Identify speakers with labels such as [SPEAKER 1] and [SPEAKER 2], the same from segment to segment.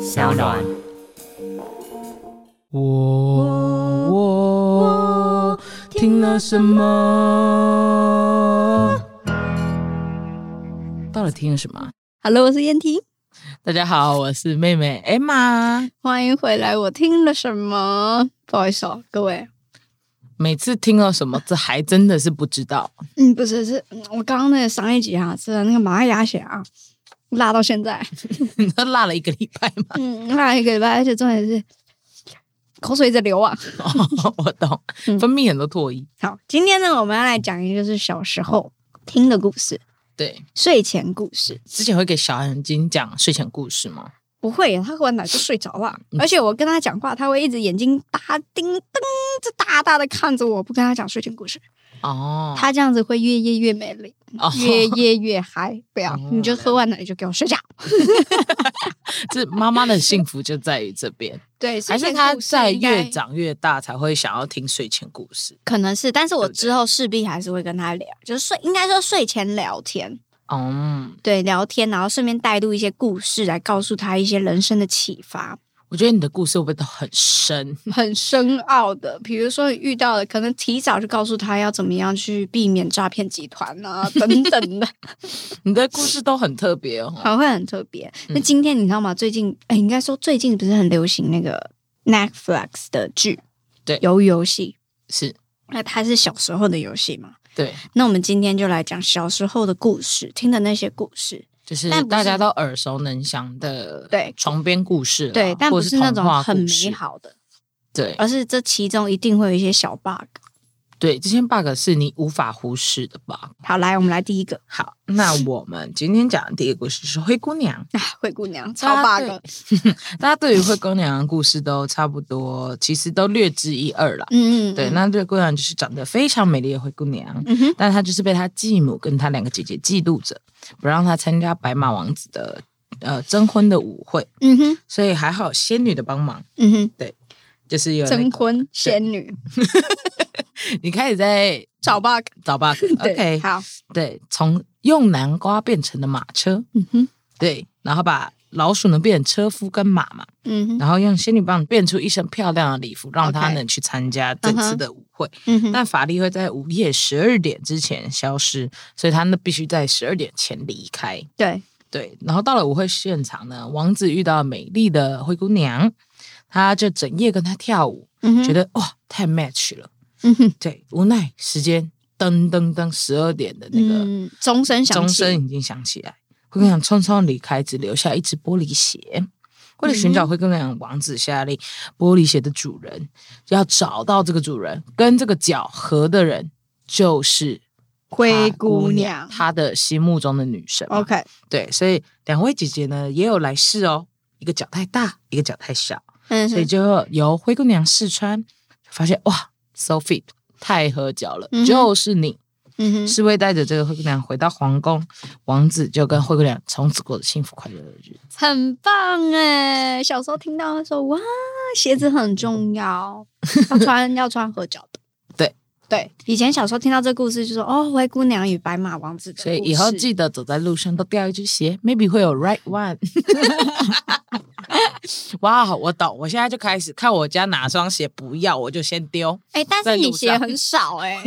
[SPEAKER 1] 小暖。
[SPEAKER 2] 我我听了什么？到底听了什么啊？
[SPEAKER 3] Hello，我是燕婷，
[SPEAKER 2] 大家好，我是妹妹 Emma。
[SPEAKER 3] 欢迎回来。我听了什么？不好意思哦，各位，
[SPEAKER 2] 每次听了什么，这还真的是不知道。
[SPEAKER 3] 嗯，不是，是嗯我刚刚那个上一集啊，吃的那个麻鸭血啊，辣到 现在，
[SPEAKER 2] 你都落了一个礼拜吗？
[SPEAKER 3] 嗯，辣一个礼拜，而且重点是口水一直流啊。
[SPEAKER 2] 哦， 我懂，
[SPEAKER 3] 嗯
[SPEAKER 2] 分泌很多唾液。
[SPEAKER 3] 好，今天呢，我们要来讲一个就是小时候听的故事，
[SPEAKER 2] 对，
[SPEAKER 3] 睡前故事。
[SPEAKER 2] 之前会给小眼睛讲睡前故事吗？
[SPEAKER 3] 不会，他喝完奶就睡着了
[SPEAKER 2] 嗯，
[SPEAKER 3] 而且我跟他讲话，他会一直眼睛大盯瞪着，大大的看着我，不跟他讲睡前故事。
[SPEAKER 2] 哦，
[SPEAKER 3] 他这样子会越夜越美丽，
[SPEAKER 2] 哦，
[SPEAKER 3] 越夜越嗨。不要
[SPEAKER 2] 哦，
[SPEAKER 3] 你就喝完奶就给我睡觉。
[SPEAKER 2] 这妈妈的幸福就在于这边，
[SPEAKER 3] 对，
[SPEAKER 2] 还
[SPEAKER 3] 睡
[SPEAKER 2] 是
[SPEAKER 3] 前
[SPEAKER 2] 她
[SPEAKER 3] 故事
[SPEAKER 2] 在
[SPEAKER 3] 应该
[SPEAKER 2] 越长越大才会想要听睡前故事？
[SPEAKER 3] 可能是，但是我
[SPEAKER 2] 对不对
[SPEAKER 3] 之后势必还是会跟他聊，就是睡应该说睡前聊天，
[SPEAKER 2] 嗯，
[SPEAKER 3] 对，聊天，然后顺便带入一些故事来告诉他一些人生的启发，
[SPEAKER 2] 我觉得你的故事会不会都很深？
[SPEAKER 3] 很深奥的，比如说你遇到的，可能提早就告诉他要怎么样去避免诈骗集团啊等等 的，
[SPEAKER 2] 你的故事都很特别 哦。
[SPEAKER 3] 还会很特别。那
[SPEAKER 2] 嗯
[SPEAKER 3] 今天你知道吗？最近，哎，应该说最近不是很流行那个 Netflix 的剧，
[SPEAKER 2] 对
[SPEAKER 3] 鱿鱼游戏，
[SPEAKER 2] 是，
[SPEAKER 3] 那它是小时候的游戏嘛？
[SPEAKER 2] 对，
[SPEAKER 3] 那我们今天就来讲小时候的故事，听的那些故事，
[SPEAKER 2] 就是
[SPEAKER 3] 但不是
[SPEAKER 2] 大家都耳熟能详的
[SPEAKER 3] 对
[SPEAKER 2] 床边故事啦，
[SPEAKER 3] 对，但
[SPEAKER 2] 啊或
[SPEAKER 3] 不
[SPEAKER 2] 者
[SPEAKER 3] 是那
[SPEAKER 2] 童
[SPEAKER 3] 种
[SPEAKER 2] 话
[SPEAKER 3] 很
[SPEAKER 2] 故
[SPEAKER 3] 美
[SPEAKER 2] 事，
[SPEAKER 3] 好的，
[SPEAKER 2] 对
[SPEAKER 3] 而是这其中一定会有一些小 bug。
[SPEAKER 2] 对，这些 bug 是你无法忽视的 bug。
[SPEAKER 3] 好，来，我们来第一个
[SPEAKER 2] 好， 那我们今天讲的第一个故事是灰姑娘。
[SPEAKER 3] 啊，灰姑娘超
[SPEAKER 2] 大家
[SPEAKER 3] bug，
[SPEAKER 2] 对大家对于灰姑娘的故事都差不多，其实都略知一二啦。
[SPEAKER 3] 嗯嗯，
[SPEAKER 2] 对，
[SPEAKER 3] 嗯
[SPEAKER 2] 那灰姑娘就是长得非常美丽的灰姑娘，
[SPEAKER 3] 嗯哼，
[SPEAKER 2] 但她就是被她继母跟她两个姐姐嫉妒着，不让她参加白马王子的呃征婚的舞会，
[SPEAKER 3] 嗯哼，
[SPEAKER 2] 所以还好有仙女的帮忙，
[SPEAKER 3] 嗯哼，
[SPEAKER 2] 就是有那
[SPEAKER 3] 征
[SPEAKER 2] 个
[SPEAKER 3] 婚仙女
[SPEAKER 2] 你开始在
[SPEAKER 3] 找 bug，
[SPEAKER 2] 找 bug
[SPEAKER 3] 对
[SPEAKER 2] ，OK，
[SPEAKER 3] 好，
[SPEAKER 2] 对，从用南瓜变成了马车，
[SPEAKER 3] 嗯哼，
[SPEAKER 2] 对，然后把老鼠呢变成车夫跟马嘛，
[SPEAKER 3] 嗯哼，
[SPEAKER 2] 然后用仙女棒变出一身漂亮的礼服，让她
[SPEAKER 3] OK
[SPEAKER 2] 能去参加这次的舞会。
[SPEAKER 3] 嗯哼，
[SPEAKER 2] 但法力会在午夜十二点之前消失，所以她呢必须在十二点前离开。
[SPEAKER 3] 对，
[SPEAKER 2] 对，然后到了舞会现场呢，王子遇到美丽的灰姑娘，他就整夜跟她跳舞，
[SPEAKER 3] 嗯哼，
[SPEAKER 2] 觉得哇太 match 了。
[SPEAKER 3] 嗯哼，
[SPEAKER 2] 对，无奈时间噔噔噔十二点的那个
[SPEAKER 3] 嗯钟声响
[SPEAKER 2] 钟
[SPEAKER 3] 起，
[SPEAKER 2] 声已经响起来，灰姑娘匆匆离开，只留下一只玻璃鞋。为了寻找
[SPEAKER 3] 嗯
[SPEAKER 2] 灰姑娘，王子下令玻璃鞋的主人要找到这个主人，跟这个脚合的人就是
[SPEAKER 3] 灰
[SPEAKER 2] 她
[SPEAKER 3] 姑娘哦
[SPEAKER 2] 她的心目中的女神嘛。
[SPEAKER 3] ，OK，
[SPEAKER 2] 对，所以两位姐姐呢也有来试哦，一个脚太大，一个脚太小，
[SPEAKER 3] 嗯
[SPEAKER 2] 所以
[SPEAKER 3] 哼，
[SPEAKER 2] 就由灰姑娘试穿，发现哇，so fit，太合脚了，
[SPEAKER 3] 嗯哼
[SPEAKER 2] 就是你。
[SPEAKER 3] 嗯哼，
[SPEAKER 2] 侍卫带着这个灰姑娘回到皇宫，王子就跟灰姑娘从此过着幸福快乐的日子。
[SPEAKER 3] 很棒哎！小时候听到他说哇，鞋子很 重要，要穿要穿合脚的。
[SPEAKER 2] 对
[SPEAKER 3] 对，以前小时候听到这故事就说哦，灰姑娘与白马王子的
[SPEAKER 2] 所以以后
[SPEAKER 3] 故事
[SPEAKER 2] 记得走在路上都掉一只鞋，maybe 会有 right one。哇，我懂，我现在就开始看我家哪双鞋不要，我就先丢。
[SPEAKER 3] 哎，但
[SPEAKER 2] 在
[SPEAKER 3] 是
[SPEAKER 2] 路
[SPEAKER 3] 你鞋
[SPEAKER 2] 上
[SPEAKER 3] 很少 哎，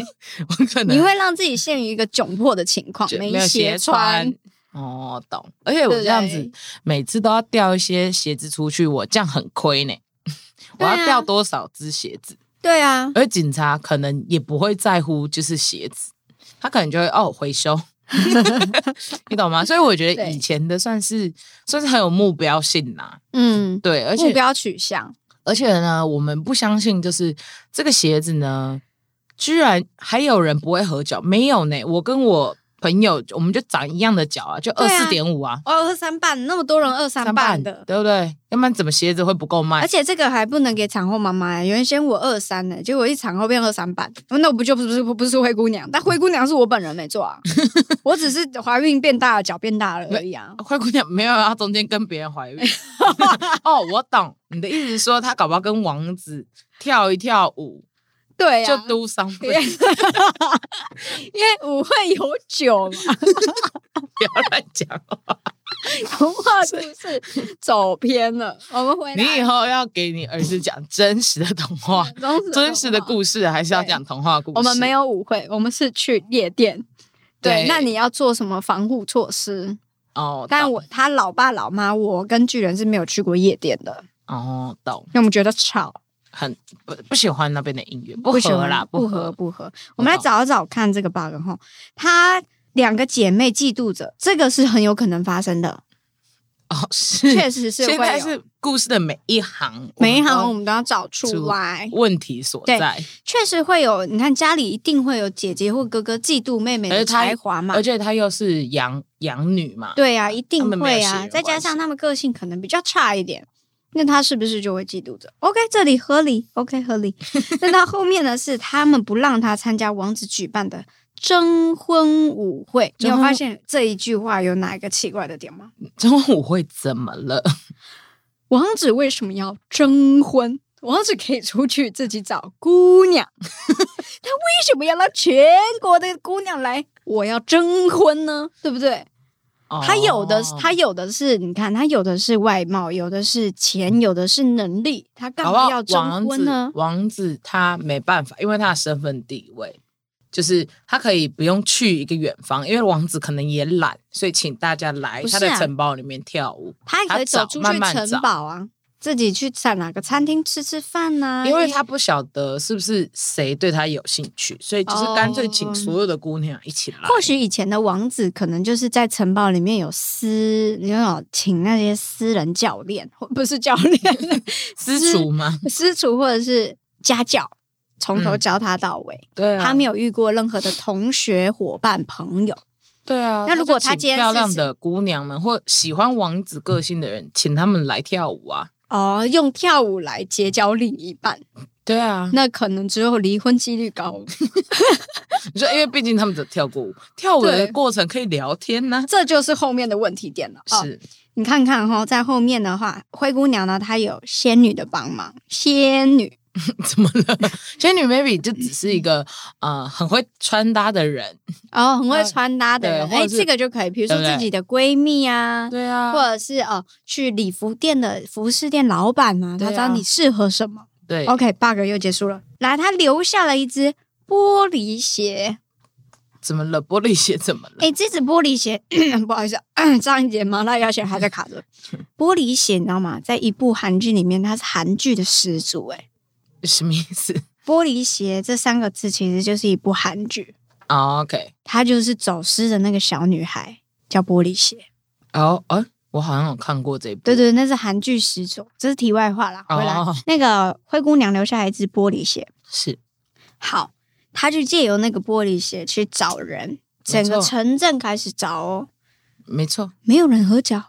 [SPEAKER 2] 我可能
[SPEAKER 3] 你会让自己陷于一个窘迫的情况，
[SPEAKER 2] 就
[SPEAKER 3] 没鞋穿。。
[SPEAKER 2] 哦，懂。而且我这样
[SPEAKER 3] 对
[SPEAKER 2] 子
[SPEAKER 3] 不对
[SPEAKER 2] 每次都要掉一些鞋子出去，我这样很亏呢。 我
[SPEAKER 3] 对啊
[SPEAKER 2] 要掉多少只鞋子？
[SPEAKER 3] 对啊，
[SPEAKER 2] 而警察可能也不会在乎，就是鞋子，他可能就会哦回收， 你懂吗？所以我觉得
[SPEAKER 3] 对
[SPEAKER 2] 以前的算是算是很有目标性啦、
[SPEAKER 3] 嗯，
[SPEAKER 2] 对，而
[SPEAKER 3] 目
[SPEAKER 2] 且
[SPEAKER 3] 标取向，
[SPEAKER 2] 而且呢，我们不相信，就是这个鞋子呢，居然还有人不会合脚，没有呢？我跟我朋友，我们就长一样的脚啊，就
[SPEAKER 3] 对
[SPEAKER 2] 二
[SPEAKER 3] 啊
[SPEAKER 2] 四点五啊，
[SPEAKER 3] 哦，二三半那么多人二三半的。
[SPEAKER 2] 对不对？要不然怎么鞋子会不够卖
[SPEAKER 3] 而？且这个还不能给产后妈妈、原先我二三呢，结果一产后变二三半，那我不就不是不是灰姑娘？但灰姑娘是我本人没 做啊，我只是怀孕变大了，脚变大了而已啊。
[SPEAKER 2] 灰姑娘没有要中间跟别人 怀孕。 哦，我懂你的意思，是说她搞不好跟王子跳一跳舞，
[SPEAKER 3] 对
[SPEAKER 2] 就
[SPEAKER 3] 啊，
[SPEAKER 2] do
[SPEAKER 3] 因为
[SPEAKER 2] something，
[SPEAKER 3] 因为舞会有酒嘛， 啊
[SPEAKER 2] 不要乱讲话。
[SPEAKER 3] 童话故事走偏了，我们回来。
[SPEAKER 2] 你以后要给你儿子讲真实的童 话，
[SPEAKER 3] 忠实
[SPEAKER 2] 真实的
[SPEAKER 3] 事，
[SPEAKER 2] 故事，还是要
[SPEAKER 3] 对
[SPEAKER 2] 讲童话故事？
[SPEAKER 3] 我们没有舞会，我们是去夜店。对
[SPEAKER 2] 对，
[SPEAKER 3] 那你要做什么防护措施？
[SPEAKER 2] 哦，
[SPEAKER 3] 但
[SPEAKER 2] 懂
[SPEAKER 3] 我他老爸老妈，我跟巨人是没有去过夜店的，
[SPEAKER 2] 哦懂，
[SPEAKER 3] 因为我们觉得吵，
[SPEAKER 2] 很不不喜欢那边的音乐，不
[SPEAKER 3] 喜
[SPEAKER 2] 合
[SPEAKER 3] 欢
[SPEAKER 2] 啦，
[SPEAKER 3] 不合
[SPEAKER 2] 合。
[SPEAKER 3] 不合。我们来找一找看这个 bug 哈，她两个姐妹嫉妒着，这个是很有可能发生的，
[SPEAKER 2] 哦，是，
[SPEAKER 3] 确实是
[SPEAKER 2] 现
[SPEAKER 3] 会
[SPEAKER 2] 在
[SPEAKER 3] 有。
[SPEAKER 2] 是故事的每一行，
[SPEAKER 3] 每一行
[SPEAKER 2] 我
[SPEAKER 3] 我
[SPEAKER 2] 们
[SPEAKER 3] 们都要找
[SPEAKER 2] 出
[SPEAKER 3] 出来
[SPEAKER 2] 都，问题所
[SPEAKER 3] 对
[SPEAKER 2] 在，
[SPEAKER 3] 确实会有。你看家里一定会有姐姐或哥哥嫉妒妹妹
[SPEAKER 2] 而
[SPEAKER 3] 的
[SPEAKER 2] 且她
[SPEAKER 3] 才华嘛
[SPEAKER 2] 而，且她又是养养女嘛，
[SPEAKER 3] 对啊，一定
[SPEAKER 2] 们没有
[SPEAKER 3] 会
[SPEAKER 2] 血
[SPEAKER 3] 啊。
[SPEAKER 2] 缘
[SPEAKER 3] 再加
[SPEAKER 2] 关系
[SPEAKER 3] 上他们个性可能比较差一点，那他是不是就会嫉妒着？OK，这里合理，OK 合 理。那到后面呢，是他们不让他参加王子举办的征婚舞会。你有
[SPEAKER 2] 征婚
[SPEAKER 3] 发现这一句话有哪一个奇怪的点吗？
[SPEAKER 2] 中午会怎么了？
[SPEAKER 3] 王子为什么要征婚？王子可以出去自己找姑娘， 他为什么要让全国的姑娘来？我要征婚呢，对不对？ 他有的，
[SPEAKER 2] 哦
[SPEAKER 3] 他有的是，你看，他有的是外貌，有的是钱，有的是能力，他干
[SPEAKER 2] 搞不好
[SPEAKER 3] 嘛要征
[SPEAKER 2] 王
[SPEAKER 3] 婚
[SPEAKER 2] 子
[SPEAKER 3] 呢？
[SPEAKER 2] 王子他没办法，因为他的身份地位，就是他可以不用去一个远方，因为王子可能也懒，所以请大家来
[SPEAKER 3] 不是
[SPEAKER 2] 他
[SPEAKER 3] 啊
[SPEAKER 2] 的城堡里面跳舞。
[SPEAKER 3] 他也可以走出
[SPEAKER 2] 他找慢
[SPEAKER 3] 去
[SPEAKER 2] 慢
[SPEAKER 3] 城堡啊，自己去在哪个餐厅吃吃饭呐、
[SPEAKER 2] 因为他不晓得是不是谁对他有兴趣，所以就是干脆请所有的姑娘一起来。
[SPEAKER 3] 哦或许以前的王子可能就是在城堡里面有私，你有请那些私人教练，或不是教练，
[SPEAKER 2] 私厨吗？
[SPEAKER 3] 私厨或者是家教，从头
[SPEAKER 2] 嗯
[SPEAKER 3] 教他到尾。
[SPEAKER 2] 对啊，
[SPEAKER 3] 他没有遇过任何的同学、伙伴、朋友。
[SPEAKER 2] 对啊。
[SPEAKER 3] 那如果
[SPEAKER 2] 就
[SPEAKER 3] 他
[SPEAKER 2] 请
[SPEAKER 3] 今天
[SPEAKER 2] 漂亮
[SPEAKER 3] 是
[SPEAKER 2] 的姑娘们或喜欢王子个性的人，请他们来跳舞啊。
[SPEAKER 3] 哦，用跳舞来结交另一半，
[SPEAKER 2] 对啊，
[SPEAKER 3] 那可能只有离婚几率高。
[SPEAKER 2] 哦你说，因为毕竟他们只跳过舞，跳舞的
[SPEAKER 3] 对
[SPEAKER 2] 过程可以聊天呢、
[SPEAKER 3] 这就是后面的问题点了。哦，
[SPEAKER 2] 是，
[SPEAKER 3] 你看看哈、在后面的话，灰姑娘呢，她有仙女的帮忙，仙女
[SPEAKER 2] 怎么 了？仙女 maybe 就只是一个呃很会穿搭的人，
[SPEAKER 3] 哦，很会
[SPEAKER 2] 呃
[SPEAKER 3] 穿搭的人，
[SPEAKER 2] 对或
[SPEAKER 3] 哎，
[SPEAKER 2] 者是
[SPEAKER 3] 这个就可以，比如说
[SPEAKER 2] 对不对
[SPEAKER 3] 自己的闺蜜啊。
[SPEAKER 2] 对啊
[SPEAKER 3] 或者是哦，去礼服店的服饰店老板啊，
[SPEAKER 2] 对
[SPEAKER 3] 他
[SPEAKER 2] 啊
[SPEAKER 3] 知道你适合什么。
[SPEAKER 2] 对，
[SPEAKER 3] OK，bug、又结束了。来，他留下了一只玻璃鞋。
[SPEAKER 2] 怎么了？玻璃鞋怎么了？
[SPEAKER 3] 哎、这只玻璃鞋， 不好意思，上一节麻辣鸭血还 在卡着。玻璃鞋，你知道吗？在一部韩剧里面，它是韩剧的始祖、诶
[SPEAKER 2] 什么意思、
[SPEAKER 3] 玻璃鞋这三个字其实就是一部韩剧，
[SPEAKER 2] o 哦 OK，
[SPEAKER 3] 它就是走失的那个小女孩叫玻璃鞋。
[SPEAKER 2] 哦哦，我好像有看过这一部，
[SPEAKER 3] 对，对，那是韩剧始祖。这是题外话啦，回来、
[SPEAKER 2] 哦
[SPEAKER 3] 那个灰姑娘留下来一只玻璃鞋，
[SPEAKER 2] 是
[SPEAKER 3] 好，她就借由那个玻璃鞋去找人，
[SPEAKER 2] 没错
[SPEAKER 3] 整个城镇开始找哦，
[SPEAKER 2] 没错，
[SPEAKER 3] 没有人合脚，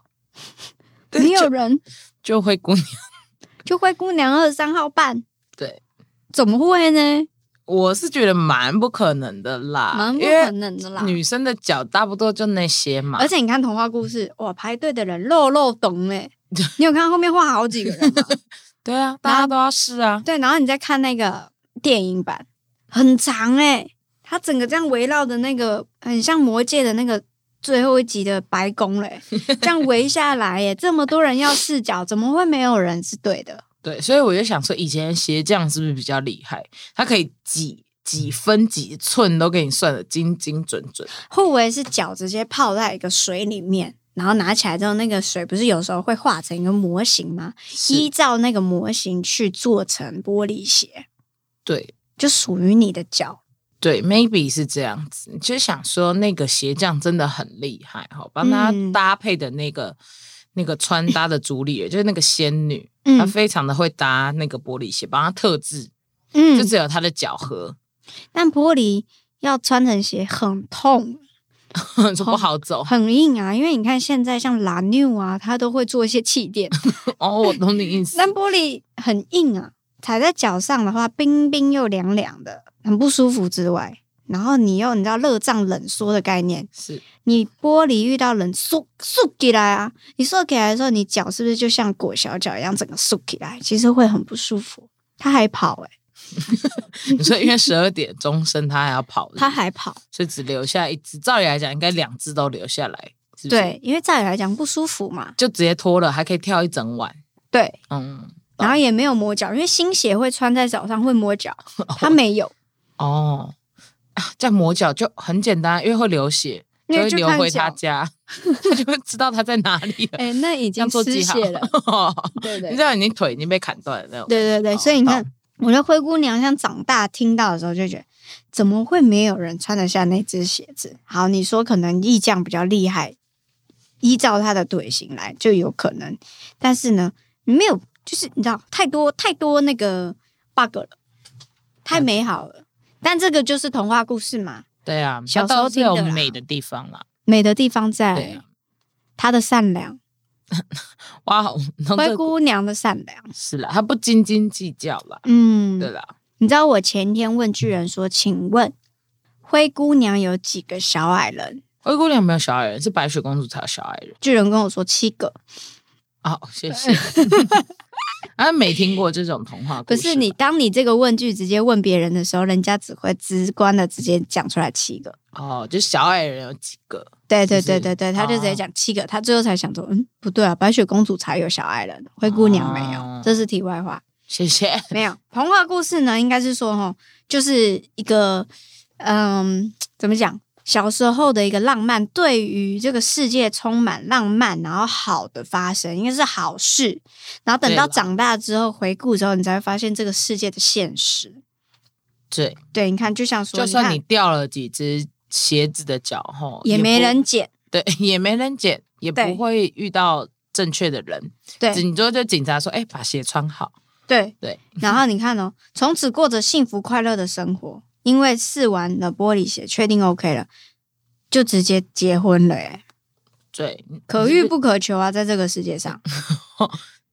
[SPEAKER 3] 没有人。
[SPEAKER 2] 就灰姑娘。
[SPEAKER 3] 就灰姑娘二十三号办，
[SPEAKER 2] 对，
[SPEAKER 3] 怎么会呢？
[SPEAKER 2] 我是觉得蛮不可能的啦，
[SPEAKER 3] 蛮不
[SPEAKER 2] 啊因
[SPEAKER 3] 可
[SPEAKER 2] 为
[SPEAKER 3] 能的啦。
[SPEAKER 2] 女生的脚大不多就那些嘛，
[SPEAKER 3] 而且你看童话故事，哇，排队的人肉肉 懂哎、你有看到后面画好几个人吗？
[SPEAKER 2] 对啊，大家都要试啊，
[SPEAKER 3] 对，然后你再看那个电影版，很长哎、它整个这样围绕的那个，很像魔界的那个最后一集的白宫 嘞、这样围下来哎、这么多人要视角，怎么会没有人是对的？
[SPEAKER 2] 对，所以我就想说，以前鞋匠是不是比较厉害？他可以几
[SPEAKER 3] 嗯
[SPEAKER 2] 几分几寸都给你算的精精准准。
[SPEAKER 3] 会不会是脚直接泡在一个水里面，然后拿起来之后，那个水不是有时候会化成一个模型吗？依
[SPEAKER 2] 是，
[SPEAKER 3] 照那个模型去做成玻璃鞋，
[SPEAKER 2] 对
[SPEAKER 3] 就属于你的脚。
[SPEAKER 2] 对，maybe 是这样子。就想说那个鞋匠真的很厉害哈，帮他
[SPEAKER 3] 嗯
[SPEAKER 2] 搭配的那个、那个穿搭的主理人就是那个仙女，她
[SPEAKER 3] 嗯
[SPEAKER 2] 啊非常的会搭那个玻璃鞋，帮她特制，就
[SPEAKER 3] 嗯，
[SPEAKER 2] 只有她的脚合，
[SPEAKER 3] 但玻璃要穿成鞋很痛，
[SPEAKER 2] 说
[SPEAKER 3] 哦
[SPEAKER 2] 不好走。
[SPEAKER 3] 很硬啊。因为你看现在像拉妞啊，它都会做一些气 垫，
[SPEAKER 2] 哦，我懂你意思。
[SPEAKER 3] 但玻璃很硬啊，踩在脚上的话，冰冰又凉凉的，很不舒服之外，然后你又你知道热胀冷缩的概念，
[SPEAKER 2] 是
[SPEAKER 3] 你玻璃遇到冷缩缩起来啊，你缩起来的时候，你脚是不是就像裹小脚一样，整个缩起来，其实会很不舒服。他还跑哎、
[SPEAKER 2] 你说，因为十二点钟声，他还要跑，
[SPEAKER 3] 他还跑，
[SPEAKER 2] 所以只留下一只。照理来讲，应该两只都留下来。是不是，
[SPEAKER 3] 对，因为照理来讲不舒服嘛，
[SPEAKER 2] 就直接脱了，还可以跳一整晚。
[SPEAKER 3] 对，
[SPEAKER 2] 嗯，
[SPEAKER 3] 然后也没有磨脚，因为新鞋会穿在脚上会磨脚，它没 有，
[SPEAKER 2] 哦，啊，这样磨脚就很简单，因为会流血，就
[SPEAKER 3] 因
[SPEAKER 2] 会
[SPEAKER 3] 为就
[SPEAKER 2] 流
[SPEAKER 3] 看
[SPEAKER 2] 回他
[SPEAKER 3] 脚。
[SPEAKER 2] 家， 他就会知道他在哪里了。
[SPEAKER 3] 哎、那已
[SPEAKER 2] 这样
[SPEAKER 3] 经
[SPEAKER 2] 做
[SPEAKER 3] 失
[SPEAKER 2] 记
[SPEAKER 3] 血 了，
[SPEAKER 2] 好，
[SPEAKER 3] 对对
[SPEAKER 2] 你知道你腿已经被砍断了那种。
[SPEAKER 3] 对对对，
[SPEAKER 2] 哦
[SPEAKER 3] 所以你看，我的灰姑娘像长大听到的时候就觉得，怎么会没有人穿得下那只鞋子？好，你说可能意匠比较厉害，依照他的腿型来就有可能，但是呢，没有，就是你知道太多太多那个 bug 了，
[SPEAKER 2] 嗯
[SPEAKER 3] 太美好了。但这个就是童话故事嘛，
[SPEAKER 2] 对啊，
[SPEAKER 3] 小
[SPEAKER 2] 它
[SPEAKER 3] 时候
[SPEAKER 2] 都是有
[SPEAKER 3] 听的啦
[SPEAKER 2] 美的地方啦。
[SPEAKER 3] 美的地方
[SPEAKER 2] 对
[SPEAKER 3] 在
[SPEAKER 2] 啊，
[SPEAKER 3] 她的善良，
[SPEAKER 2] 哇，好然后嗯这
[SPEAKER 3] 灰
[SPEAKER 2] 个
[SPEAKER 3] 姑娘的善良。
[SPEAKER 2] 是啦，他不斤斤计较啦。
[SPEAKER 3] 嗯，
[SPEAKER 2] 对啦，
[SPEAKER 3] 你知道我前天问巨人说：“请问灰姑娘有几个小矮人
[SPEAKER 2] 灰姑娘没有小矮人，是白雪公主才有小矮人。？”
[SPEAKER 3] 巨人跟我说七个，
[SPEAKER 2] 好，谢谢。 啊，没听过这种童话故
[SPEAKER 3] 不
[SPEAKER 2] 事。
[SPEAKER 3] 是你。当你这个问句直接问别人的时候，人家只会直观的直接讲出来七个。
[SPEAKER 2] 哦，就小矮人有几个？
[SPEAKER 3] 对对
[SPEAKER 2] 就是
[SPEAKER 3] 对对对，他就直接讲七个，他最后才想说，嗯，不对啊，白雪公主才有小矮人，灰姑娘没有，
[SPEAKER 2] 哦
[SPEAKER 3] 这是题外话。
[SPEAKER 2] 谢谢。
[SPEAKER 3] 没有 童话故事呢，应该是说哈，就是一个嗯，怎么讲？小时候的一个浪漫，对于这个世界充满浪漫，然后好的发生，应该是好事。然后等
[SPEAKER 2] 对
[SPEAKER 3] 到
[SPEAKER 2] 啦
[SPEAKER 3] 长大之后回顾之后，你才会发现这个世界的现实。
[SPEAKER 2] 对，
[SPEAKER 3] 对，你看，就像说，
[SPEAKER 2] 就算
[SPEAKER 3] 看
[SPEAKER 2] 你掉了几只鞋子的脚后，
[SPEAKER 3] 也
[SPEAKER 2] 不
[SPEAKER 3] 没人捡，
[SPEAKER 2] 对，也没人捡，也
[SPEAKER 3] 对
[SPEAKER 2] 不会遇到正确的人。
[SPEAKER 3] 对
[SPEAKER 2] 顶多就警察说：“哎，把鞋穿好。
[SPEAKER 3] 对”
[SPEAKER 2] 对，
[SPEAKER 3] 然后你看哦，从此过着幸福快乐的生活，因为试完了玻璃鞋，确定 OK 了，就直接结婚了，哎，
[SPEAKER 2] 对，
[SPEAKER 3] 可
[SPEAKER 2] 你
[SPEAKER 3] 遇
[SPEAKER 2] 是嗯
[SPEAKER 3] 不可求啊，在这个世界上。